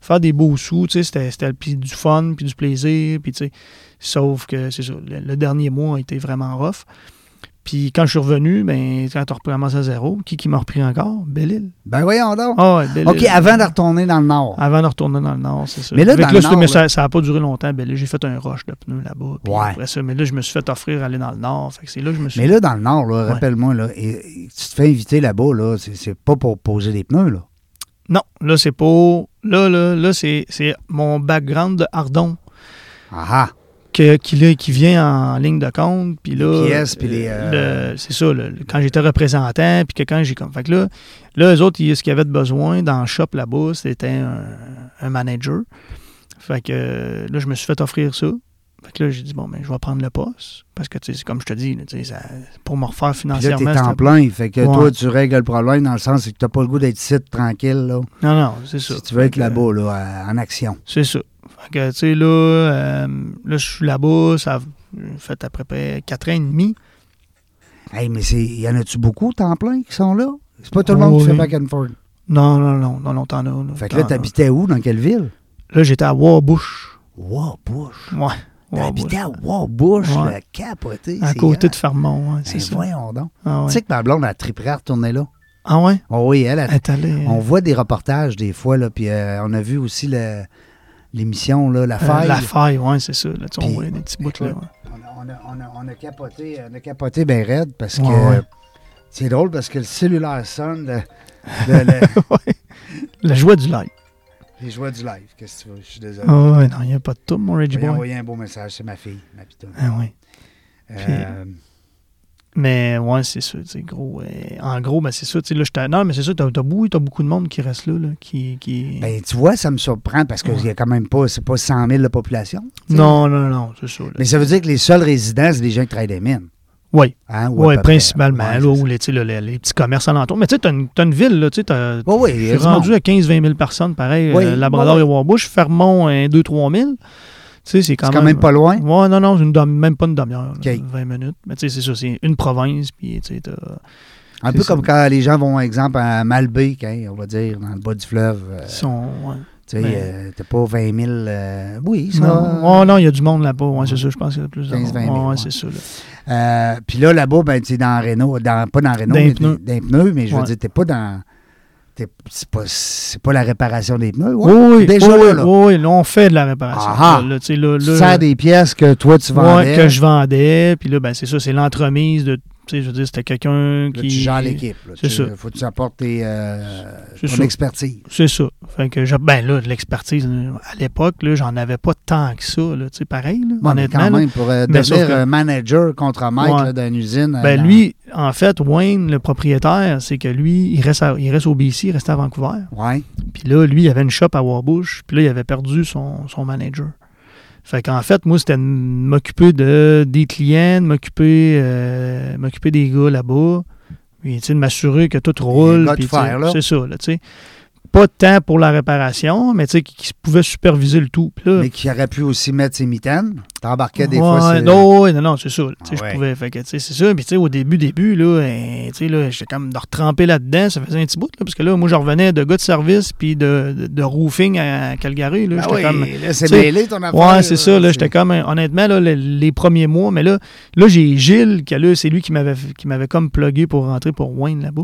Faire des beaux sous, tu sais, c'était, c'était puis du fun, puis du plaisir, puis tu sais. Sauf que, c'est ça, le, le dernier mois a été vraiment rough. Puis quand je suis revenu, ben, quand on recommence à zéro, qui, qui m'a repris encore? Belle-Île.
Ben voyons donc.
Ah ouais, Belle-Île.
OK, avant de retourner dans le Nord.
Avant de retourner dans le Nord, c'est ça.
Mais là,
Fait que
dans le
c'est-
Nord,
mais
là-
ça- ça n'a pas duré longtemps. Ben là, j'ai fait un rush de pneus là-bas. puis
Ouais.
Après ça, mais là, je me suis fait offrir aller dans le Nord. Fait que c'est là que je me suis.
Mais là, dans le Nord, là,
Ouais.
rappelle-moi, là, et- et tu te fais inviter là-bas, là, c'est- c'est pas pour poser des pneus, là.
Non, là, c'est pour. Là, là, là c'est c'est mon background de Ardon
Ah ah.
que- qui, là, qui vient en ligne de compte. Puis là.
Les pièces, puis les, euh,
le- C'est ça, le- le- quand j'étais représentant, puis que quand j'ai. comme- Fait que là, là, eux autres, ils- ce qu'ils avaient de besoin dans le shop là-bas, c'était un, un manager. Fait que euh, là, je me suis fait offrir ça. Fait que là, j'ai dit, bon, ben, je vais prendre le poste. Parce que, tu sais, c'est comme je te dis, là, tu sais, ça- pour me refaire
Puis là,
financièrement.
t'es en
c'était-
plein. Fait que
Ouais.
toi, tu règles le problème dans le sens que t'as pas le goût d'être ici tranquille, là.
Non, non, c'est ça.
Si tu veux être
Fait que, euh,
là-bas, là, en action.
C'est ça. Fait que, tu sais, là, euh, là, je suis là-bas, ça a fait à peu près 4 ans et demi.
Hey, mais c'est. Y en a-tu beaucoup, temps plein, qui sont là? C'est pas tout le monde qui
Oui. Ah,
fait back and forth.
Non, non, non, non, non, t'en as.
Fait que là,
t'en as.
t'habitais où? Dans quelle ville?
Là, j'étais à Warbush.
Wabush.
Ouais. Warbush.
T'habitais à Wabush,
Ouais.
le capoté.
À
c'est
côté
hot.
de Fermont, ouais,
Ben,
c'est ça.
voyons donc.
Ah
Tu
ouais.
sais que ma blonde, elle triperait à retourner là.
Ah ouais?
Oh oui, elle, elle,
Elle est allée. euh,
on voit des reportages des fois, là, puis euh, on a vu aussi le- l'émission, là, La
euh,
Faille.
La faille, ouais, c'est ça. Là, tu sais, on
Puis-
voyait des petits bouts, là. ouais.
On a, on a- on a- on a capoté, on a capoté bien raide parce que
Ouais, ouais.
c'est drôle parce que le cellulaire sonne, le- le- le-
La joie du live.
les joies du live. Qu'est-ce que tu veux? Je suis désolé.
Ah ouais, non, il n'y a pas de tout, mon
Je
Reggie
vais
Boy.
envoyer un beau message, c'est ma fille, ma pitoune.
Ah ouais.
Euh,
Mais ouais, c'est ça, tu sais, gros. euh, en gros, ben c'est ça, tu sais, là, j'étais. Non, mais c'est ça, t'as t'as beaucoup, t'as beaucoup de monde qui reste là, là, qui. qui...
ben, tu vois, ça me surprend parce qu'il n'y a quand même pas, c'est pas 100 000 la population. tu sais.
non, non, non, c'est ça. là.
Mais ça veut dire que les seuls résidents, c'est les gens qui travaillent des mines.
Oui,
Hein, ou à
ouais,
peu près.
principalement,
Ouais,
là,
c'est
où les, tu sais, là, les, les petits commerces alentours. Mais tu sais, t'as une, t'as une ville, là, tu sais, t'as.
ça. Ouais, ouais, il y a
Je suis
du monde.
rendu à 15-20 000 personnes, pareil,
Oui,
euh, Labrador
oui,
et Warbush, Fermont, hein, 2-3 000. Tu sais, c'est quand,
C'est quand même pas loin.
Ouais, non, non, c'est une demi- même pas une demi-heure, là,
OK.
20 minutes. Mais tu sais, c'est ça, c'est une province, puis tu sais, t'as-
Euh, Un
C'est
peu
ça.
comme quand les gens vont, exemple, à Malbec, hein, on va dire, dans le bas du fleuve. euh,
sont- ouais.
tu sais,
ben-
euh, t'as pas 20 000. euh, oui, ça.
Non, oh, non, il y a du monde là-bas. Ouais, c'est ça, je pense qu'il y a plus de
15
monde.
20 000,
Ouais,
ouais.
c'est ça. là.
Euh, Puis là, là-bas, ben, tu es dans Renault, dans, pas dans Renault,
Dans les
mais
pneus.
dans les pneus, mais je veux
Ouais.
dire, t'es pas dans. t'es- C'est pas, c'est pas la réparation des pneus. Ouais.
Oui, oui,
déjà
oui,
là,
oui,
là.
oui, là, on fait de la réparation.
Ah ah.
Là, là, tu sais, là,
Tu
là,
sers des pièces que toi, tu
ouais,
vendais.
que je vendais. Puis là, ben, c'est ça, c'est l'entremise de. Tu sais, je veux dire, c'était quelqu'un
Là,
qui.
tu gères l'équipe. là.
C'est
Tu-
ça.
Faut que tu apportes tes, euh,
C'est
ton
ça.
expertise.
C'est ça. Fait que, je- ben là, de l'expertise, euh, à l'époque, là, j'en avais pas tant que ça. Là, tu sais, pareil, là,
Ouais, mais
honnêtement.
quand
là.
même, pour euh,
Mais sauf
devenir
que-
euh, manager contre maître
Ouais.
là, d'une usine. euh,
Ben,
dans-
lui, en fait, Wayne, le propriétaire, c'est que lui, il reste, à- il reste au BC, il restait à Vancouver.
Ouais.
Puis là, lui, il avait une shop à Warbush. Puis là, il avait perdu son, son manager. Fait qu'en fait, moi, c'était de m'occuper de, des clients, de m'occuper, euh, m'occuper des gars là-bas. Puis, tu sais, de m'assurer que tout roule.
gars de
puis, tu sais,
fer, là.
C'est ça, là, tu sais. Pas de temps pour la réparation, mais tu sais, qui, qui pouvait superviser le tout. Puis là,
Mais qui aurait pu aussi mettre ses mitaines. T'embarquais des
euh, Ouais,
fois. c'est-
Non, ouais, non, non, c'est ça. là. Tu
Ah
sais, je
ouais.
pouvais. Fait que, tu sais, c'est ça. Puis, tu sais, au début, début, là, hein, tu sais, là, j'étais comme de retremper là-dedans. Ça faisait un petit bout, là, parce que là, moi, je revenais de gars de service puis de, de, de roofing à Calgary. Là,
Ben
j'étais
oui,
comme.
là, c'est
tu sais,
mêlé ton affaire.
Ouais, c'est ça. Là, j'étais comme, hein, honnêtement, là, le- les, premiers mois, mais là, là j'ai Gilles, qui, là, c'est lui qui m'avait, qui m'avait comme plugué pour rentrer pour Wayne là-bas.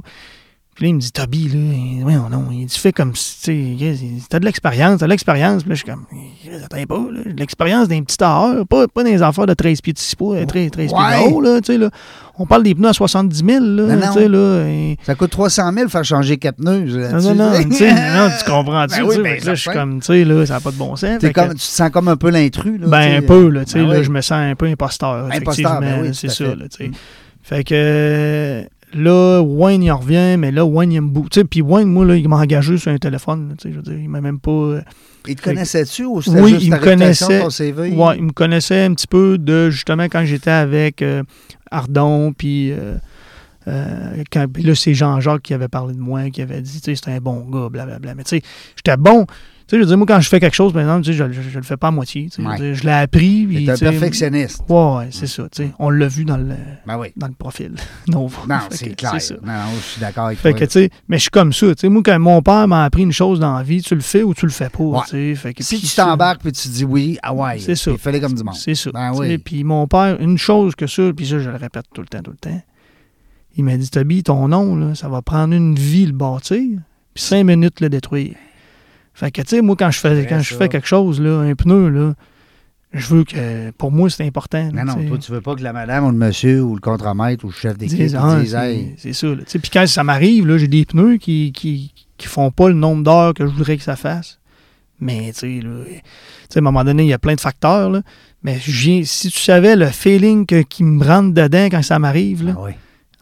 Puis là, il me dit, Toby, là, il- voyons non, il dit, fais comme si, tu sais, Chris, il dit, t'as de l'expérience, t'as de l'expérience. Puis là, je suis comme, Chris, attends pas, là, j'ai de l'expérience d'un petit heure, pas, pas des affaires de 13 pieds de 6 poids, 13, 13 pieds
Ouais.
de haut, là, tu sais, là. On parle des pneus à 70 000, là,
Non, non.
tu sais, là. et-
Ça coûte 300 000 faire changer quatre pneus.
Non,
là-dessus.
non, non, tu sais, non, tu comprends-tu?
Ben
tu
oui,
sais,
ben,
fait que là, je suis
certain.
comme, tu sais, là, ça n'a pas de bon sens.
T'es
fait que-
comme- tu te sens comme un peu l'intrus. là, tu sais.
ben, un peu, là, tu sais,
Ben
là,
oui.
je me sens un peu imposteur,
Imposteur,
effectivement,
ben oui,
là,
tout
c'est
à
ça,
fait.
là, tu sais. Fait que euh, là, Wayne, il en revient, mais là, Wayne, il aime beaucoup. Tu sais, puis Wayne, moi, là, il m'a engagé sur un téléphone, là, tu sais, je veux dire, il m'a même pas...
Il
euh,
te
Fait que-
connaissait-tu ou c'était
Oui,
juste
il
ta
me
réputation,
connaissait.
ton CV?
Ouais, il me connaissait un petit peu de, justement, quand j'étais avec euh, Ardon, puis... euh, euh, quand- puis là, c'est Jean-Jacques qui avait parlé de moi, qui avait dit, tu sais, c'était un bon gars, blablabla. Mais tu sais, j'étais bon. Tu sais, je veux dire, moi, quand je fais quelque chose, maintenant, tu sais, je, je- je le fais pas à moitié. tu sais, je veux
Ouais.
dire, Je, l'ai appris. puis,
T'es un
tu sais,
perfectionniste.
Ouais, ouais, c'est ça. tu sais. On l'a vu dans le,
Ben oui.
dans le profil. non,
Non,
Fait
c'est
que
clair.
ça.
Non, non, je suis d'accord avec
Fait
toi.
que, tu sais, mais je suis comme ça. tu sais. moi, quand mon père m'a appris une chose dans la vie, tu le fais ou tu le fais pas.
Ouais.
tu sais. Fait que,
si
puis
tu
ça-
t'embarques puis tu dis oui, ah ouais,
C'est ça.
il fallait comme du monde.
C'est ça.
Ben
tu
oui.
sais. Puis mon père, une chose que ça, puis ça, je le répète tout le temps, tout le temps. Il m'a dit, Toby, ton nom, là, ça va prendre une vie le bâtir, puis cinq minutes le détruire. Fait que, tu sais, moi, quand je fais,
Vrai,
quand je
ça.
fais quelque chose, là, un pneu, là, je veux que, pour moi, c'est important.
Non,
là,
non,
tu sais.
toi, tu veux pas que la madame ou le monsieur ou le contremaître ou le chef d'équipe
Disent,
ils
Ah,
disent
c'est-
hey,
C'est ça. là. Tu sais, Puis quand ça m'arrive, là, j'ai des pneus qui, qui, qui font pas le nombre d'heures que je voudrais que ça fasse. Mais, tu sais, là, tu sais, à un moment donné, il y a plein de facteurs, là. Mais j'ai- si tu savais le feeling que- qui me rentre dedans quand ça m'arrive, là.
Ah oui.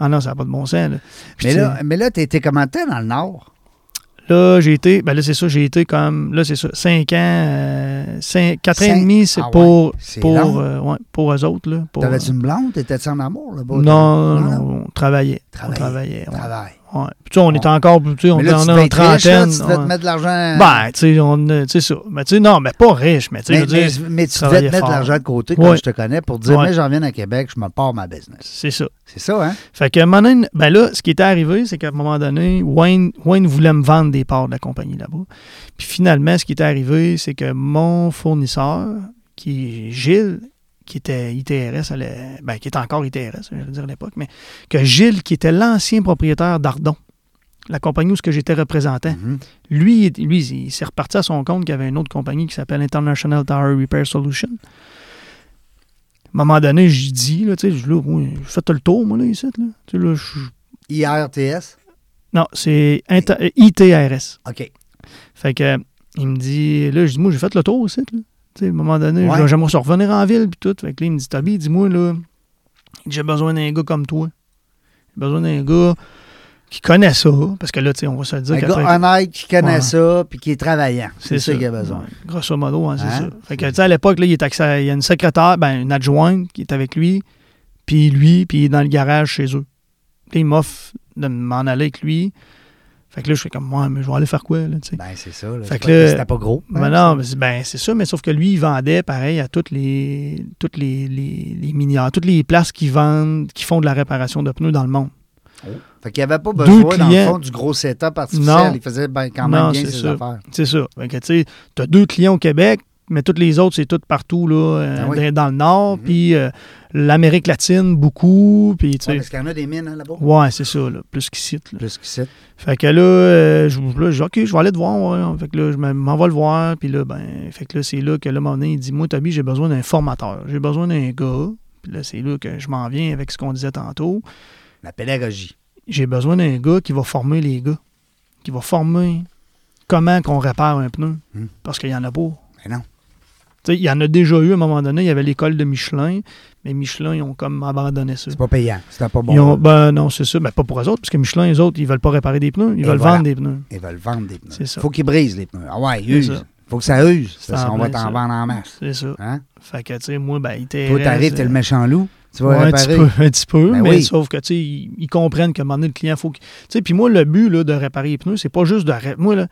Ah non, ça n'a pas de bon sens, là. Puis
Mais
tu sais,
là, mais là, t'es t'es comment t'es dans le Nord?
Là, j'ai été, ben là, c'est ça, j'ai été comme, là, c'est ça, 5 ans, euh, cinq- quatre ans
Cinq-
et demi, c'est
ah ouais,
pour,
c'est long.
pour, euh, ouais, pour eux autres, là. pour-
T'avais-tu une blonde? T'étais-tu en amour là-bas?
non, non, non, on travaillait.
Travailler.
On travaillait. ouais.
Travail.
Ouais. Puis, tu sais, on était encore, tu sais, on
mais
était
là,
en
tu
en
devais être riche, là,
trentaine.
tu devais te
ouais.
mettre de l'argent.
Ben, tu sais, on, euh, tu sais, ça. Mais tu sais, non, mais pas riche, mais tu sais, je
mais,
veux dire,
mais- mais tu devais te
travailler
mettre de
fort.
l'argent de côté quand
Ouais.
je te connais pour dire,
Ouais.
mais j'en viens à Québec, je me pars ma business.
c'est ça.
C'est ça, hein?
Fait que, à un moment donné, ben là, ce qui était arrivé, c'est qu'à un moment donné, Wayne, Wayne voulait me vendre des parts de la compagnie là-bas. Puis finalement, ce qui était arrivé, c'est que mon fournisseur, qui est Gilles, qui était ITRS, à la- ben, qui est encore ITRS, je veux dire à l'époque, mais que Gilles, qui était l'ancien propriétaire d'Ardon, la compagnie où ce que j'étais représentant,
Mhm.
lui, il- lui il s'est reparti à son compte qu'il y avait une autre compagnie qui s'appelle International Tower Repair Solution. À un moment donné, je dis, là, tu sais, je là, moi, je fais tout le tour, moi, là, ici, là. Tu sais, là, je-
IRTS?
Non, c'est Inter- euh, ITRS.
OK.
Fait que, euh, il me dit, là, je dis, moi, j'ai fait le tour aussi, là. Tu sais, à un moment donné,
Ouais.
je- j'aimerais ça revenir en ville, puis tout. Fait que là, il me dit, Toby, dis-moi, là, j'ai besoin d'un gars comme toi. J'ai besoin d'un gars qui connaît ça, parce que là, tu sais, on va se le dire.
Un
qu'après-
gars honnête qui connaît
Ouais.
ça puis qui est travaillant. C'est ça qu'il a besoin.
Ouais, Grosso modo, hein, c'est
Hein?
ça. Fait que, tu sais, à l'époque, là, il, est accès à- il y a une secrétaire, ben, une adjointe qui est avec lui, puis lui, puis il est dans le garage chez eux. Puis il m'offre de m'en aller avec lui. Fait que là, je fais comme, ouais, mais je vais aller faire quoi, là, tu sais.
Ben, c'est ça. Là.
Fait
C'est
que
pas-
là-
C'était pas gros. hein?
Ben non, mais c'est- ben, c'est ça, mais sauf que lui, il vendait pareil à toutes les toutes les, les, les minières, toutes les places qui vendent, qui font de la réparation de pneus dans le monde.
Fait qu'il n'y avait pas
Deux
besoin, dans le
clients.
fond, du gros setup artificiel.
Non.
Il faisait ben, quand même
Non,
bien
c'est
ses
ça.
affaires.
C'est ça. Fait que, tu sais, t'as deux clients au Québec, mais toutes les autres, c'est toutes partout, là, euh,
Ah oui.
dans, dans le Nord,
Mhm.
puis euh, l'Amérique latine, beaucoup, puis, tu
Ouais,
sais.
parce qu'il y en a des mines hein, là-bas.
Ouais, c'est ça, là, plus qu'ici. là.
Plus qu'ici.
Fait que là, euh, je là, je dis, OK, je vais aller te voir. ouais. hein. Fait que là, je m'en- m'en vais le voir. Puis là, ben, fait que là, c'est là que là, à un moment donné, il dit, moi, Toby, j'ai besoin d'un formateur. J'ai besoin d'un gars. Puis là, c'est là que je m'en viens avec ce qu'on disait tantôt.
La pédagogie.
J'ai besoin d'un gars qui va former les gars. Qui va former comment qu'on répare un pneu.
Hmm.
Parce qu'il y en a pas.
Mais non.
Tu sais, il y en a déjà eu à un moment donné. Il y avait l'école de Michelin, mais Michelin, ils ont comme abandonné ça.
C'est pas payant. C'était pas bon.
Ils ont- ben non, c'est ça. Ben, pas pour eux autres, parce que Michelin, eux autres, ils veulent pas réparer des pneus. Ils
Et
veulent
voilà.
vendre des pneus.
Ils veulent vendre des pneus.
C'est ça.
Faut qu'ils brisent les pneus. Ah ouais,
C'est
use.
ça.
Faut que ça use.
C'est
Parce
en
qu'on va
plein
t'en
ça.
vendre en masse.
C'est ça.
Hein?
Fait que, tu sais, moi, ben, ils t'arrivent.
Toi, t'arrives, t'es le méchant loup. Tu vas
Ouais, un petit
réparer.
peu, un petit peu,
Ben
mais
oui.
sauf que, tu sais, ils, ils comprennent qu'à un moment donné, le client, faut qu'il- Tu sais, puis moi, le but, là, de réparer les pneus, c'est pas juste de... ré- Moi, là,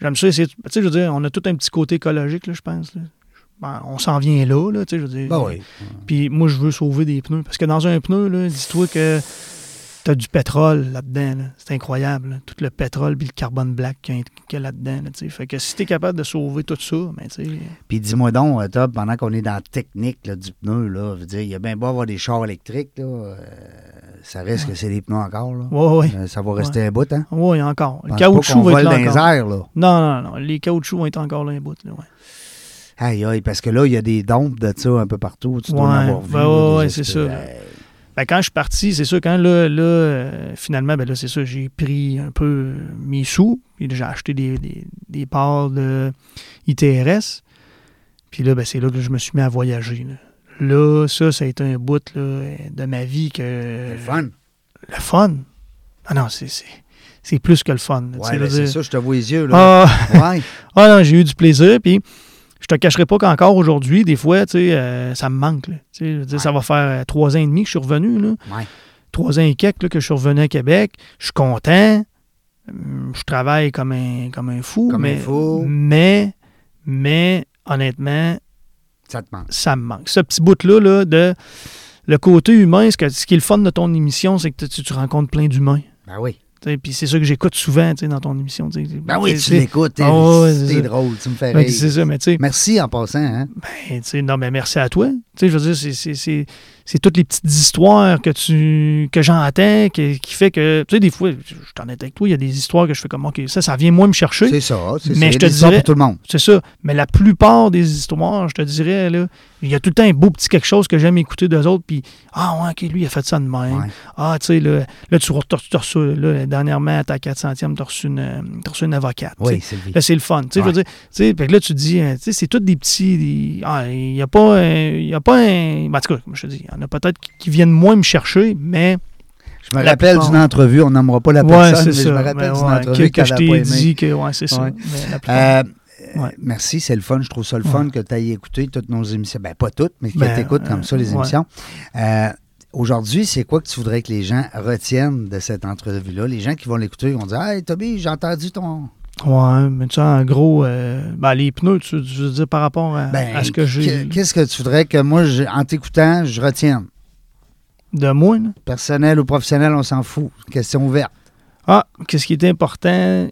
j'aime ça, c'est... Tu sais, je veux dire, on a tout un petit côté écologique, là, je pense, là. Ben, on s'en vient là, là, tu sais, je veux dire.
Ben oui.
Puis moi, je veux sauver des pneus. Parce que dans un pneu, là, dis-toi que t'as du pétrole là-dedans. là. C'est incroyable. là. Tout le pétrole puis le carbone black qu'il y a- qu'il y a là-dedans. là, tu sais. fait que si t'es capable de sauver tout ça, ben, tu sais...
Puis dis-moi donc, euh, Top, pendant qu'on est dans la technique là, du pneu, là, je veux dire, il y a bien beau avoir des chars électriques, là, euh, ça reste que c'est des pneus encore. Là.
Ouais, ouais.
Euh, ça va rester un bout, hein?
Oui, encore. Le
Pense
caoutchouc
pas qu'on
va être
vole
là
dans les
encore.
airs, là.
Non, non, non. Les caoutchoucs vont être encore là, un bout. Là, ouais.
Aïe, aïe, parce que là, il y a des dompes de ça un peu partout. Tu dois en
Ouais,
avoir vu.
ben
là,
ouais,
des
c'est
espèces-
ça, là. Ben, quand je suis parti, c'est sûr, quand là, là euh, finalement, ben là, c'est ça, j'ai pris un peu euh, mes sous. Puis là, j'ai acheté des, des, des parts de ITRS. Puis là, ben, c'est là que je me suis mis à voyager. Là, Là, ça, ça a été un bout là, de ma vie que.
C'est le fun.
Le fun. Ah non, c'est- c'est c'est plus que le fun. là, tu sais,
Ouais,
je veux
ben, c'est
dire.
ça, je te vois les yeux, là.
Ah,
Ouais.
Ah non, j'ai eu du plaisir, puis je te cacherai pas qu'encore aujourd'hui, des fois, tu sais, euh, ça me manque. là. Tu sais, je veux dire, Ça va faire euh, trois ans et demi que je suis revenu. Là.
Ouais.
Trois ans et quelques là, que je suis revenu à Québec. Je suis content. Hum, Je travaille comme un, comme un fou.
Comme un
mais,
fou.
Mais, mais, honnêtement,
Ça te manque.
ça me manque. Ce petit bout-là là, de le côté humain, ce, que- ce qui est le fun de ton émission, c'est que tu, tu rencontres plein d'humains.
Ben oui.
Tu sais, Puis c'est ça que j'écoute souvent tu sais, dans ton émission. tu sais.
Ben oui,
C'est-
tu l'écoutes. t'es-
Ah ouais, c'est
C'est
ça.
drôle, tu me fais
Fait que
rire.
C'est ça, mais tu sais,
Merci en passant, hein?
Ben, tu sais, non, mais merci à toi. Tu sais, je veux dire, c'est- c'est- c'est c'est toutes les petites histoires que tu que j'entends qui, qui fait que, tu sais, des fois, je je t'en ai avec toi, il y a des histoires que je fais comme, OK, ça, ça vient moins me chercher.
C'est ça, c'est
Mais
ça. Il y a
je te
des histoires
dirais-
pour tout le monde.
C'est ça. Mais la plupart des histoires, je te dirais, là, il y a tout le temps un beau petit quelque chose que j'aime écouter d'eux autres, puis, ah, ouais, OK, lui, il a fait ça de même.
Ouais.
Ah, tu sais, là, là, tu re- tu reçois, là, dernièrement, à ta 400e, tu as, reçu une- euh, t'as reçu une avocate. tu sais.
Oui, Sylvie.
Là, Ben, c'est le fun. Tu sais, je veux dire, tu sais, fait que là, tu te dis, hein, tu sais, c'est tous des petits. des- ah, Il n'y a pas un. Il y a pas un. ben, en tout cas, comme je te dis, il y en a peut-être qui- qui viennent moins me chercher, mais.
Je me
la
rappelle
plupart.
d'une entrevue, on n'aimera pas la
ouais,
personne,
c'est
mais je
ça.
me rappelle
Ben,
d'une
ouais,
entrevue
que, que
qu'elle
je
n'a
t'ai
pas aimé.
dit que. Ouais, c'est ça.
Ouais.
Mais la plupart-
Euh,
Ouais.
Merci, c'est le fun. Je trouve ça le fun que tu ailles écouter toutes nos émissions. Ben, pas toutes, mais que
Ben,
tu écoutes comme ça les
euh, ouais.
émissions. Euh, Aujourd'hui, c'est quoi que tu voudrais que les gens retiennent de cette entrevue-là? Les gens qui vont l'écouter vont dire Hey, Toby, j'ai entendu ton.
Ouais, mais tu sais, en gros, euh, ben, les pneus, tu, tu veux dire par rapport à,
Ben,
à ce que j'ai
qu- Qu'est-ce que tu voudrais que moi, je- en t'écoutant, je retienne?
de moi. là.
Personnel ou professionnel, on s'en fout. Question ouverte.
Ah, qu'est-ce qui est important,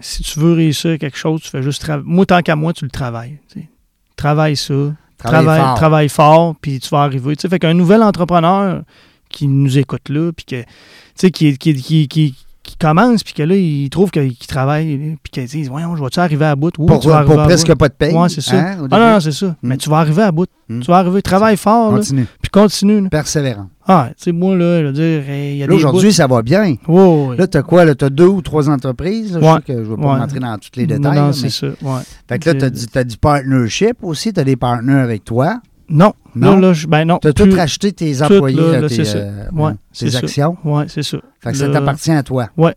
si tu veux réussir quelque chose, tu fais juste travailler. Moi, tant qu'à moi, tu le travailles. tu sais. Travaille ça.
Travailler
travaille,
fort.
travaille fort, puis tu vas arriver. Tu sais, fait qu'un nouvel entrepreneur qui nous écoute là, puis que, tu sais, qui, qui, qui, qui- qui commence, puis que là, il trouve qu'il qu'il travaille, puis qu'il dit, voyons, je vais-tu arriver à bout? Oui,
Pour,
tu vas
pour
arriver à
presque
bout.
pas de paye.
Ouais, c'est ça.
hein, au
Ah non,
début.
non, c'est ça. Mais
Mm.
tu vas arriver à bout.
Mm.
Tu vas arriver, travaille fort, là,
Continue.
puis continue. là.
Persévérant.
Ah, tu sais, moi, là, je veux dire, eh, il y a
Là,
des
aujourd'hui, ça va bien.
bouts- Ouais, ouais.
Là, t'as quoi? Là, t'as deux ou trois entreprises. là,
Ouais.
Je sais que je ne vais pas
Ouais.
rentrer dans tous les
Non,
détails.
Non,
là,
c'est
mais-
ça, ouais.
Fait que là, t'as
Je-
du, t'as du partnership aussi. T'as des partenaires avec toi.
Non,
Non?
non. Là, là, je, ben non.
T'as tout
plus-
racheté tes
là,
employés, là,
là,
tes,
c'est ça.
euh,
Ouais,
tes
c'est ça.
actions.
Ouais, c'est ça.
Fait que ça
Là-
t'appartient à toi.
Ouais.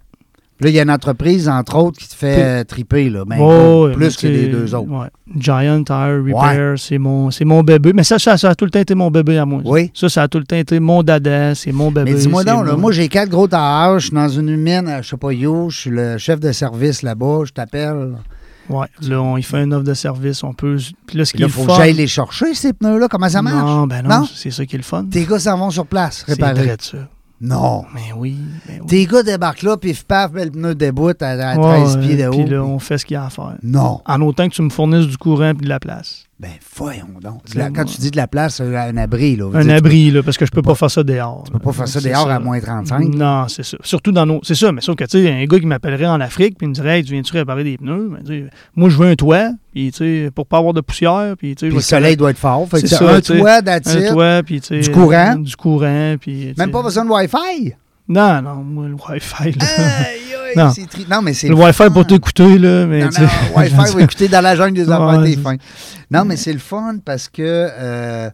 Puis Là, il y a une entreprise, entre autres, qui te fait euh, triper, là. ben,
Ouais, ouais,
plus que
mais
les
c'est-
deux autres.
ouais. Giant Tire Repair, c'est mon, c'est mon bébé. Mais ça, ça, ça a tout le temps été mon bébé à moi.
Oui.
Ça, ça a tout le temps été mon dada, c'est mon bébé.
Mais dis-moi
ben, c'est
donc, là,
mon-
moi, j'ai quatre gros tailleurs, je suis dans une humaine, à, je sais pas, yo, je suis le chef de service là-bas, je t'appelle.
Ouais, là, on, il fait une offre de service, on peut. Puis là, ce
Puis
qui
Là,
est
il faut
fun-
que j'aille les chercher, ces pneus-là. Comment ça marche?
Non, ben non,
Non?
c'est ça qui est le fun.
Tes gars s'en vont sur place,
C'est
réparer.
vrai de ça.
Non.
Mais oui. ben oui.
Tes gars débarquent là, puis paf, ben, le pneu déboute à, à
Ouais,
13 pieds de
ouais,
haut.
Puis là,
puis-
on fait ce qu'il y a à faire.
Non.
En autant que tu me fournisses du courant puis de la place.
Ben, voyons donc.
Dis-moi.
Là, quand tu dis de la place, euh, un abri, là. vous
Ben, Un
dites,
abri, là, parce que je peux pas faire ça dehors.
Tu peux pas faire ça dehors à moins 35.
Non, c'est ça. Surtout dans nos. C'est ça, mais sauf que, tu sais, un gars qui m'appellerait en Afrique, puis il me dirait, hey, tu viens-tu réparer des pneus? Ben, tu sais, moi, je veux un toit, puis, tu sais, pour pas avoir de poussière, puis, tu
Puis
sais, je vais
le soleil doit être fort. Fait que
C'est
c'est
ça,
un
tu sais,
toit
te faire
d'attir.
un toit, puis, tu sais.
du courant.
euh, Du courant, puis. tu sais.
Même pas besoin de Wi-Fi.
Non, non, moi, le Wi-Fi,
Euh,
là.
Aïe, aïe,
Non.
c'est tri- Non, mais c'est
le Wi-Fi pour t'écouter, là, mais,
Non,
tu sais.
non, Wi-Fi, vous écoutez dans la jungle des enfants,
Ouais,
t'es
c'est
fin. Non, mais c'est le fun parce que euh,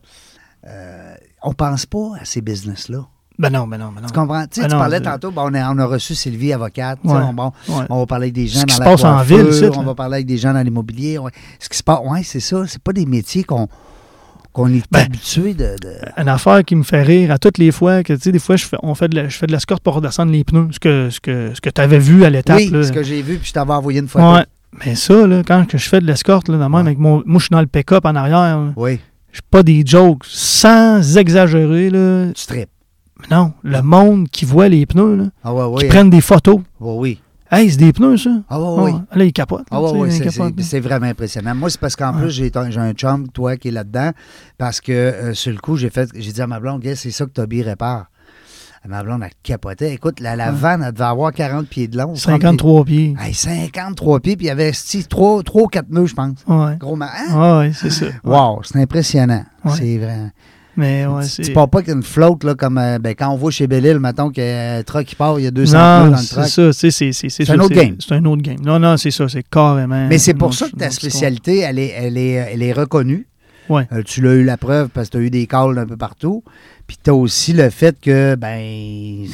euh, on pense pas à ces business-là.
Ben non, ben non, ben non.
Tu comprends? Tu sais,
Ah
tu
non,
parlais
c'est-
tantôt, ben, on, a, on a reçu Sylvie, avocate. tu sais,
Ouais.
On, bon,
Ouais.
on va parler avec des gens
Ce qui
dans
se
la
passe en
coiffure,
ville, c'est-
on va parler avec des gens dans l'immobilier. ouais. Ce qui se passe, oui, c'est ça. C'est pas des métiers qu'on qu'on est
Ben,
habitué de, de-
une affaire qui me fait rire à toutes les fois que tu sais des fois je fais on fait de la, je fais de la scorte pour redescendre les pneus ce que ce que ce que tu avais vu à l'étape
Oui,
là.
ce que j'ai vu, puis je t'avais envoyé une photo.
Ouais. mais ça là quand que je fais de l'escorte là dans le même
Ouais.
avec mon moi je suis dans le pick-up en arrière là.
Oui,
je suis pas des jokes sans exagérer là
tu tripes.
non le monde qui voit les pneus là,
Ah ouais,
qui
oui.
prennent des photos
Ouais, oui.
hey c'est des pneus ça
Ah ouais, oui.
Ah, là ils capotent
Ah ouais,
là, tu sais,
ouais,
ils
c'est-
capotent,
c'est-
là.
c'est vraiment impressionnant. Moi, c'est parce qu'en
Ouais.
plus, j'ai un, j'ai un chum, toi, qui est là-dedans, parce que euh, sur le coup, j'ai fait, j'ai dit à ma blonde, Gars, c'est ça que Toby répare. Ma blonde, elle capotait. Écoute, la, la
Ouais.
vanne, elle devait avoir 40 pieds de long.
53 pieds
Hey, 53 pieds, puis il y avait 3 ou 4 nœuds, je pense.
ouais
Gros ma- hein?
Ah, ouais c'est ça
Wow, c'est impressionnant.
Ouais.
C'est vrai.
mais ouais
tu,
c'est
tu pars pas qu'une flotte, là, comme euh, ben, quand on voit chez Belle-Île, mettons qu'il y a un truck qui part, il y a 200 nœuds
Non,
dans le
c'est
truck.
ça. tu sais, C'est c'est- c'est
C'est un
sûr,
autre game.
C'est un autre game. Non, non, c'est ça. C'est carrément.
Mais c'est pour
une
ça
autre-
que ta
une autre histoire.
spécialité, elle est, elle est, elle est reconnue.
Ouais.
Euh, tu l'as eu la preuve parce que tu as eu des calls un peu partout. Puis tu as aussi le fait que, ben,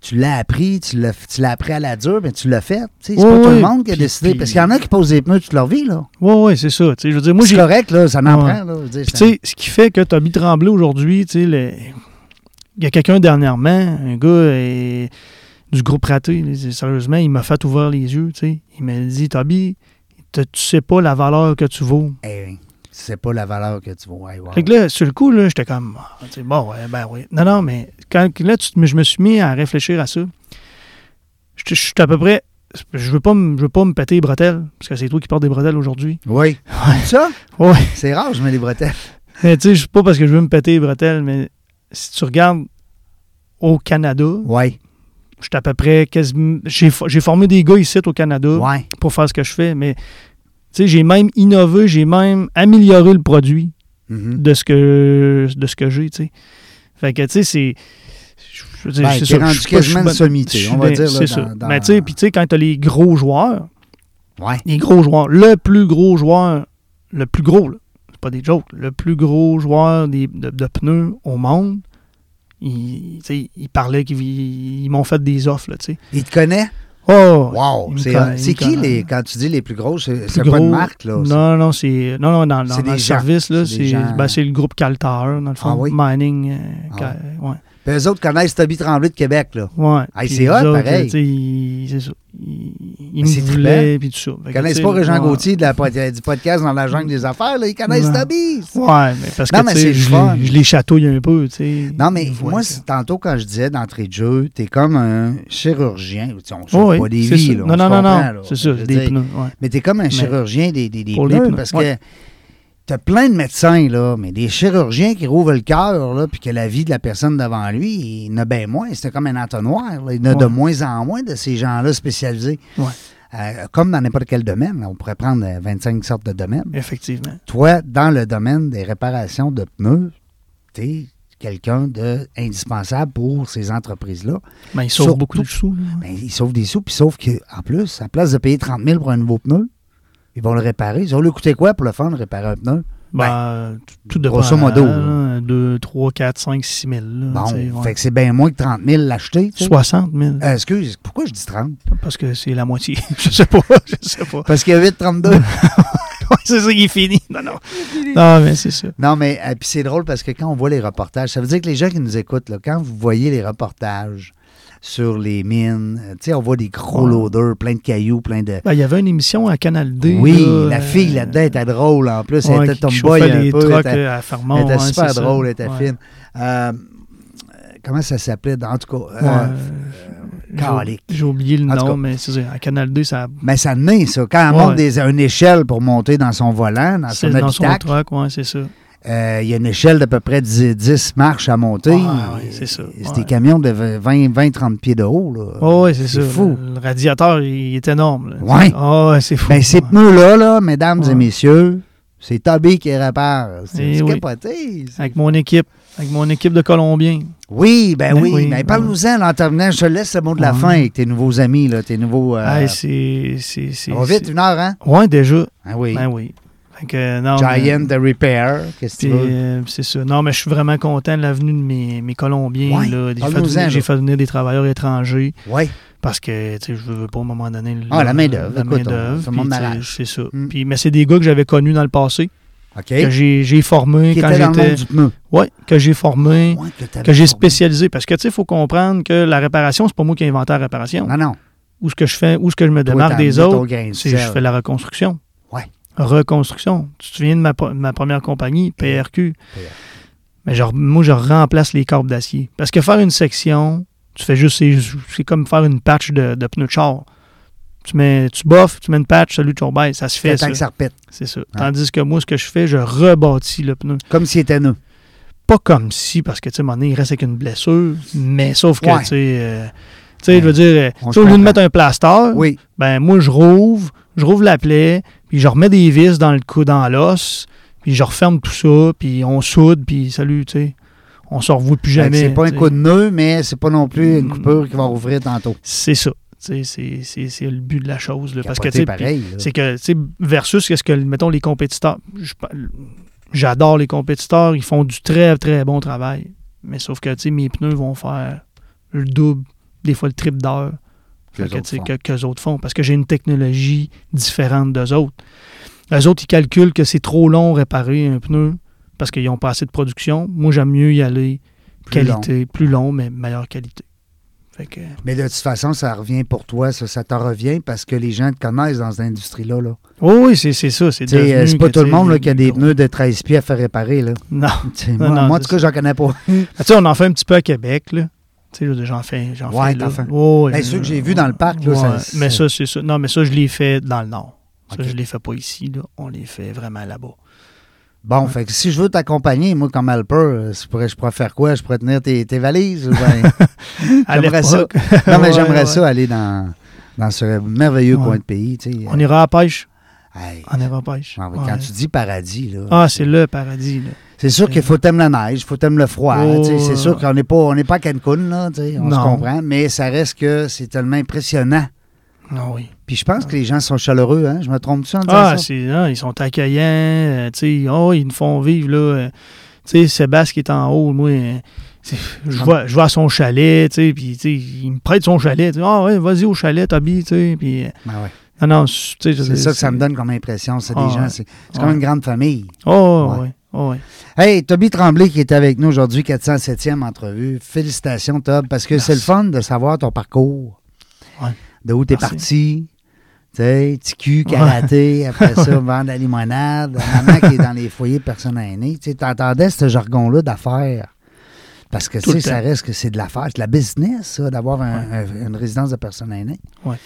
tu l'as appris, tu l'as tu l'as appris à la dure, mais tu l'as fait. Tu sais, C'est
Ouais,
pas tout le
ouais.
monde qui a
Puis-
décidé.
puis-
Parce qu'il y en a qui posent des pneus toute leur vie, là.
Ouais, ouais, c'est ça. tu sais, Je veux dire, moi,
c'est
j'ai.
correct, là, ça n'en
Ouais.
prend, là. Je veux dire,
Puis,
ça-
tu sais, ce qui fait que Tommy Tremblay aujourd'hui, tu sais, le- il y a quelqu'un dernièrement, un gars euh, du groupe Raté, il dit, sérieusement, il m'a fait ouvrir les yeux. tu sais. Il m'a dit, Tommy, te- tu sais pas la valeur que tu vaux.
Eh, c'est pas la valeur que tu vois. Hey, wow.
Fait que là, sur le coup, là, j'étais comme, Ah, tu sais, bon, ouais, ben oui. Non, non, mais quand là, tu, te- je me suis mis à réfléchir à ça. Je te- je suis à peu près. Je veux pas me je veux pas me péter les bretelles, parce que c'est toi qui portes des bretelles aujourd'hui.
Oui. Ça,
Ouais.
c'est rare, je mets les bretelles.
Mais Euh, tu sais, je- pas parce que je veux me péter les bretelles, mais si tu regardes au Canada,
Oui.
je suis à peu près quasiment. J'ai fo- j'ai formé des gars ici au Canada
Oui.
pour faire ce que je fais, mais tu sais, j'ai même innové, j'ai même amélioré le produit.
Mhm.
de ce que de ce que j'ai, tu sais. Fait que tu sais, c'est. Je veux dire,
Ben,
c'est
t'es
ça, je
rendu
suis pas- je suis
quasiment
pas-
une sommité,
je
on
suis
va
bien-
dire. là,
C'est ça.
dans- dans-
Mais tu sais, puis tu sais, quand t'as les gros joueurs,
Ouais.
les gros joueurs, le plus gros joueur, le plus gros, là, c'est pas des jokes, le plus gros joueur des- de, de pneus au monde, il, tu sais, il parlait qu'ils ils m'ont fait des offres, là, tu sais.
Il te connaît?
Oh!
Wow!
il me
C'est
conna- il
c'est
me
qui,
conna-
les, quand tu dis les plus gros, c'est c'est
plus
pas une
gros-
marque, là? c'est-
Non, non, c'est. Non, non, dans, dans-
C'est
dans
des
le
gens.
service, là,
C'est des
c'est
gens.
ben, c'est le groupe Caltar, dans le fond,
Ah oui?
Mining. euh,
Ah
Cal- ouais.
Puis eux autres connaissent Toby Tremblay de Québec, là.
Ouais.
Hey,
Puis
c'est
eux
hot,
autres,
pareil.
tu sais, ils- C'est ça. Ils, ils
Mais c'est
me voulaient, puis tout ça. Fait que,
Ils connaissent
tu sais,
pas Régent
ouais.
Gauthier de la, pod- du podcast dans la jungle des affaires, là. Ils connaissent
Non.
Toby!
Ouais, mais parce
Non,
que
mais
tu
c'est
sais,
le
je,
fun.
les- je les chatouille un peu, tu sais.
Non, mais
Ils voient
moi,
que-
c'est tantôt quand je disais d'entrée de jeu, t'es comme un chirurgien. Tu sais, on ne
Oh,
sauve
oui,
pas des
c'est
vies,
ça.
là, on
Non,
se
non, non,
comprend, là.
non. C'est ça,
Je veux
des
dire,
pneus. ouais.
Mais t'es comme un chirurgien des, des, des
pour les
pneus,
pneus,
parce
ouais.
que t'as plein de médecins, là, mais des chirurgiens qui rouvrent le cœur, là, puis que la vie de la personne devant lui, il y en a bien moins. C'était comme un entonnoir. là. Il y en a de
Ouais.
moins en moins de ces gens-là spécialisés.
Ouais.
Euh, comme dans n'importe quel domaine. là. On pourrait prendre euh, 25 sortes de domaines.
Effectivement.
Toi, dans le domaine des réparations de pneus, t'es quelqu'un d'indispensable pour ces entreprises-là.
Mais ils sauvent
Surtout-
beaucoup de sous. là, ouais.
Ben, ils sauvent des sous, puis sauf qu'en plus, à place de payer 30 000 pour un nouveau pneu, ils vont le réparer. Ils vont le coûter quoi pour le fun, réparer un pneu?
Ben, tout- tout dépend. hein,
grosso modo, là.
2, 3, 4, 5, 6 000. là,
Bon,
tu sais, ouais.
fait que c'est bien moins que 30 000 l'acheter. tu sais.
60 000.
Euh, excuse, pourquoi je dis 30?
Parce que c'est la moitié. je sais pas. Je sais pas.
Parce qu'il y a 8, 32.
Ouais, c'est ça, il est fini. Non, non. Non, mais c'est ça.
non, mais euh, puis c'est drôle parce que quand on voit les reportages, ça veut dire que les gens qui nous écoutent, là, quand vous voyez les reportages sur les mines, euh, tu sais, on voit des gros
Ouais.
loaders, plein de cailloux, plein de...
Ben, il y avait une émission à Canal D.
Oui,
là,
la
euh,
fille là-dedans était drôle en plus.
ouais,
elle était
qui- qui
tomboy
chauffait
un
les
peu. elle
trucks,
était-
euh, à Fermont.
Elle était
ouais,
super
c'est ça.
drôle, elle était
Ouais.
fine. Euh, euh, comment ça s'appelait? En tout cas,
Ouais,
euh,
euh,
calique.
j'ai- J'ai oublié le
En tout cas.
nom, mais c'est ça. À Canal D, ça
mais ça naît, ça. Quand elle
Ouais.
monte des- une échelle pour monter dans son volant, dans son
c'est dans son
habitacle,
truck, ouais, c'est ça.
euh, il y a une échelle d'à peu près 10, 10 marches à monter.
Ouais, ouais, c'est ça,
C'est
ouais.
des camions de 20-30 pieds de haut. Là.
Oh, ouais, c'est ça.
Euh, fou.
Le, le radiateur, il est énorme. là.
Ouais.
Ah, ouais, c'est fou.
Ben, ces
Ouais.
pneus-là, là, mesdames
Ouais.
et messieurs, c'est Toby qui répare. C'est
Eh
c'est
oui.
capoté. c'est-
Avec mon équipe. Avec mon équipe de Colombiens.
Oui, ben
Ben
oui.
oui,
mais
ouais.
parle-nous-en là, en terminant. Je te laisse le mot de la
Ouais.
fin avec tes nouveaux amis, là, tes nouveaux. euh,
Ah, c'est. c'est- c'est-
on va vite,
c'est-
une heure, hein?
Ouais, déjà.
Ah oui.
Ben oui. Fait que, non,
Giant
mais-
The Repair, qu'est-ce que
Puis,
tu veux?
euh, c'est ça. Non, mais je suis vraiment content de l'avenue de mes, mes Colombiens.
Ouais,
là. J'ai fait
parle-nous-en,
venir-
là.
J'ai fait venir des travailleurs étrangers
Oui.
parce que, tu sais, je veux pas, à un moment donné... le-
Ah, la main-d'œuvre.
La
Écoute, on-
main-d'œuvre,
tout le monde
puis, tu sais,
m'arrache.
C'est ça.
Mm.
Puis, mais c'est des gars que j'avais connus dans le passé,
OK.
que j'ai j'ai formés
qui
quand
était dans le
j'étais...
monde du Ah, pneu.
Ouais, que j'ai formé,
Ouais, t'avais
que j'ai
formé.
spécialisé. Parce que, tu sais, il faut comprendre que la réparation, c'est pas moi qui ai inventé la réparation.
Non, non.
Ou ce que je fais, ou ce que je me
Ah. Toi,
démarque
t'as
des
amené ton
autres,
grain de
c'est que je
sel.
fais la reconstruction.
Ouais.
Reconstruction. Tu te souviens de ma, po- ma première compagnie, PRQ?
PRQ.
Mais genre, moi, je remplace les câbles d'acier. Parce que faire une section, tu fais juste, c'est, c'est comme faire une patch de, de pneus de char. Tu mets, tu boffes, tu mets une patch, salut, tu rebaisses. ça se fait,
Fais
ça.
tant que ça repète.
C'est ça. Tandis que moi, ce que je fais, je rebâtis le pneu.
Comme s'il était nous.
pas comme si, parce que, tu sais, à un moment donné, il reste avec une blessure, mais sauf que,
Ouais.
tu sais, euh, tu sais, je veux
Ouais.
dire, euh,
On
tu sais, au
se
lieu de
comprend.
mettre un plaster,
Oui.
ben moi, je rouvre, je rouvre la plaie, puis je remets des vis dans le cou, dans l'os, puis je referme tout ça, puis on soude, puis salut, tu sais, on se revoit plus
Fait que
jamais.
Ben, C'est pas un
tu sais.
coup de nœud, mais c'est pas non plus une
Mm.
coupure qui va rouvrir tantôt.
C'est ça, tu sais, c'est- c'est c'est le but de la chose, là, parce que, tu
Capoté
sais, puis-
pareil. là.
c'est que, tu sais, versus qu'est-ce que, mettons, les compétiteurs. je pa- J'adore les compétiteurs, ils font du très, très bon travail. Mais sauf que, tu sais, mes pneus vont faire le double, des fois le triple d'heure
Que
que,
les
que,
autres
tu sais,
font.
que, qu'eux autres font. Parce que j'ai une technologie différente d'eux autres. Eux autres, ils calculent que c'est trop long réparer un pneu parce qu'ils n'ont pas assez de production. Moi, j'aime mieux y aller
Plus
qualité, plus long, mais meilleure qualité. Fait que,
Mais de toute façon, ça revient pour toi, ça, ça te revient parce que les gens te connaissent dans cette industrie-là. Là.
oh oui, c'est, c'est ça. C'est,
Tu sais, euh,
devenu
C'est pas
que,
tout le
tu sais,
monde là,
les-
qui a
les
des
gros-
pneus de 13 pieds à faire réparer. Là.
Non.
Tu sais,
Non,
moi,
non,
moi, en tout
c'est
cas, j'en connais pas.
Ah, Tu sais, on en fait un petit peu à Québec, là. Tu sais, je veux dire, j'en fais. J'en
Ouais,
fais
t'en
là.
fais.
Ouais, ouais,
Ben, ceux que j'ai vus dans le parc, là, ça- ça-
mais ça, c'est ça. Non, mais ça, je les fais dans le Nord. Ça,
Ok.
je les fais pas ici, là. On les fait vraiment là-bas.
Bon, fait que si je veux t'accompagner, moi, comme helper, euh, je pourrais, je pourrais faire quoi? Je pourrais tenir tes, tes valises? ou ben-
À
j'aimerais ça.
l'époque,
Non, mais
Ouais,
j'aimerais
ouais.
ça aller dans, dans ce merveilleux
Ouais.
coin de pays. Tu sais, euh,
On ira à la pêche.
Hey,
On ira à la pêche.
j'en veux-
Ouais.
Quand tu dis paradis, là,
Ah, c'est le paradis, là.
C'est sûr qu'il faut t'aimer la neige, il faut t'aimer le froid.
Oh,
tu sais, c'est sûr
ouais.
qu'on n'est pas, on n'est pas à Cancun, là, tu sais, on se
Non.
comprend, mais ça reste que c'est tellement impressionnant.
Non, oui.
Puis je pense que les gens sont chaleureux, hein? Je me trompe-tu en disant
Ah,
Ah ça?
c'est, hein, ils sont accueillants. euh, tu sais, oh, ils nous font vivre. Là, euh, tu sais, Sébastien qui est en haut, moi, euh, c'est- je vais je vais à son chalet. tu sais, Puis tu sais, il me prête son chalet. tu sais, Ah, ouais, vas-y au chalet, Toby. tu sais, Puis, euh,
Ah ouais.
non, non, c'est tu sais,
C'est ça que ça me donne comme impression. C'est des
Ah,
gens,
ouais.
c'est c'est comme une grande famille.
Oh,
Ouais.
ouais. oh, ouais.
Hey, Toby Tremblay qui est avec nous aujourd'hui, 407e entrevue. Félicitations, Tob, parce que
Merci.
c'est le fun de savoir ton parcours.
Ouais.
De où t'es
Merci.
parti. Tu sais, TQ, karaté, après ça, vendre la limonade, maman qui est dans les foyers de personnes aînées. Tu sais, t'entendais ce jargon-là d'affaires. Parce que, tu
Tout
sais,
le temps.
ça reste que c'est de l'affaire, c'est de la business, ça, d'avoir un- un- une résidence de personnes aînées.
Ouais.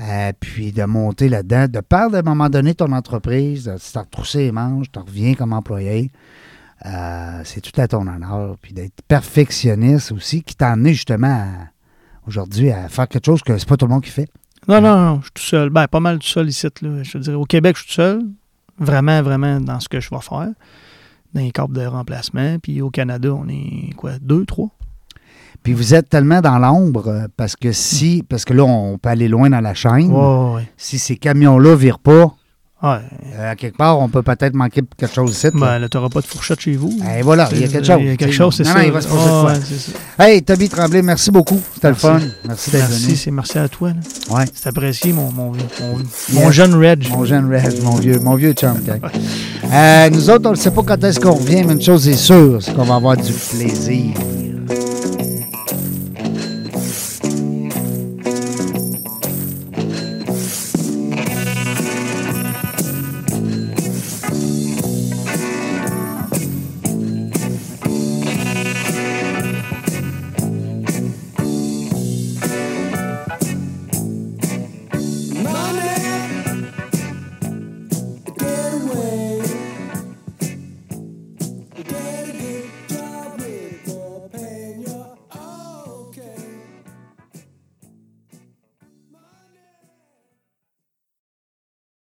Euh, puis de monter là-dedans, de perdre à un moment donné ton entreprise, de- tu t'en retrousses les manches, tu reviens comme employé. Euh, c'est tout à ton honneur. Puis d'être perfectionniste aussi, qui t'a amené justement à- aujourd'hui à faire quelque chose que c'est pas tout le monde qui fait.
Non, non, non, je suis tout seul. Ben, pas mal tout seul ici. Là. Je te dirais, au Québec, je suis tout seul. Vraiment, vraiment dans ce que je vais faire. Dans les corps de remplacement. Puis au Canada, on est quoi, deux, trois?
Puis vous êtes tellement dans l'ombre euh, parce que si, parce que là, on peut aller loin dans la chaîne.
Ouais, ouais.
Si ces camions-là virent pas,
ouais.
euh, à quelque part, on peut peut-être manquer quelque chose ici. là.
Ben, là, t'auras pas de fourchette chez vous.
Eh, voilà, il y a quelque chose.
Il y a quelque chose, c'est
Non,
ça.
non, il va se passer de
Ah,
quoi.
ouais, c'est ça.
Hey, Toby Tremblay, merci beaucoup. C'était le
Merci.
fun. Merci d'être
Merci,
venu.
c'est merci à toi. là.
Ouais.
C'est apprécié, mon, mon, mon, mon jeune Reg.
Mon jeune Red, mon vieux, mon vieux chum. gang. Euh, nous autres, on ne sait pas quand est-ce qu'on revient, mais une chose est sûre, c'est qu'on va avoir du plaisir.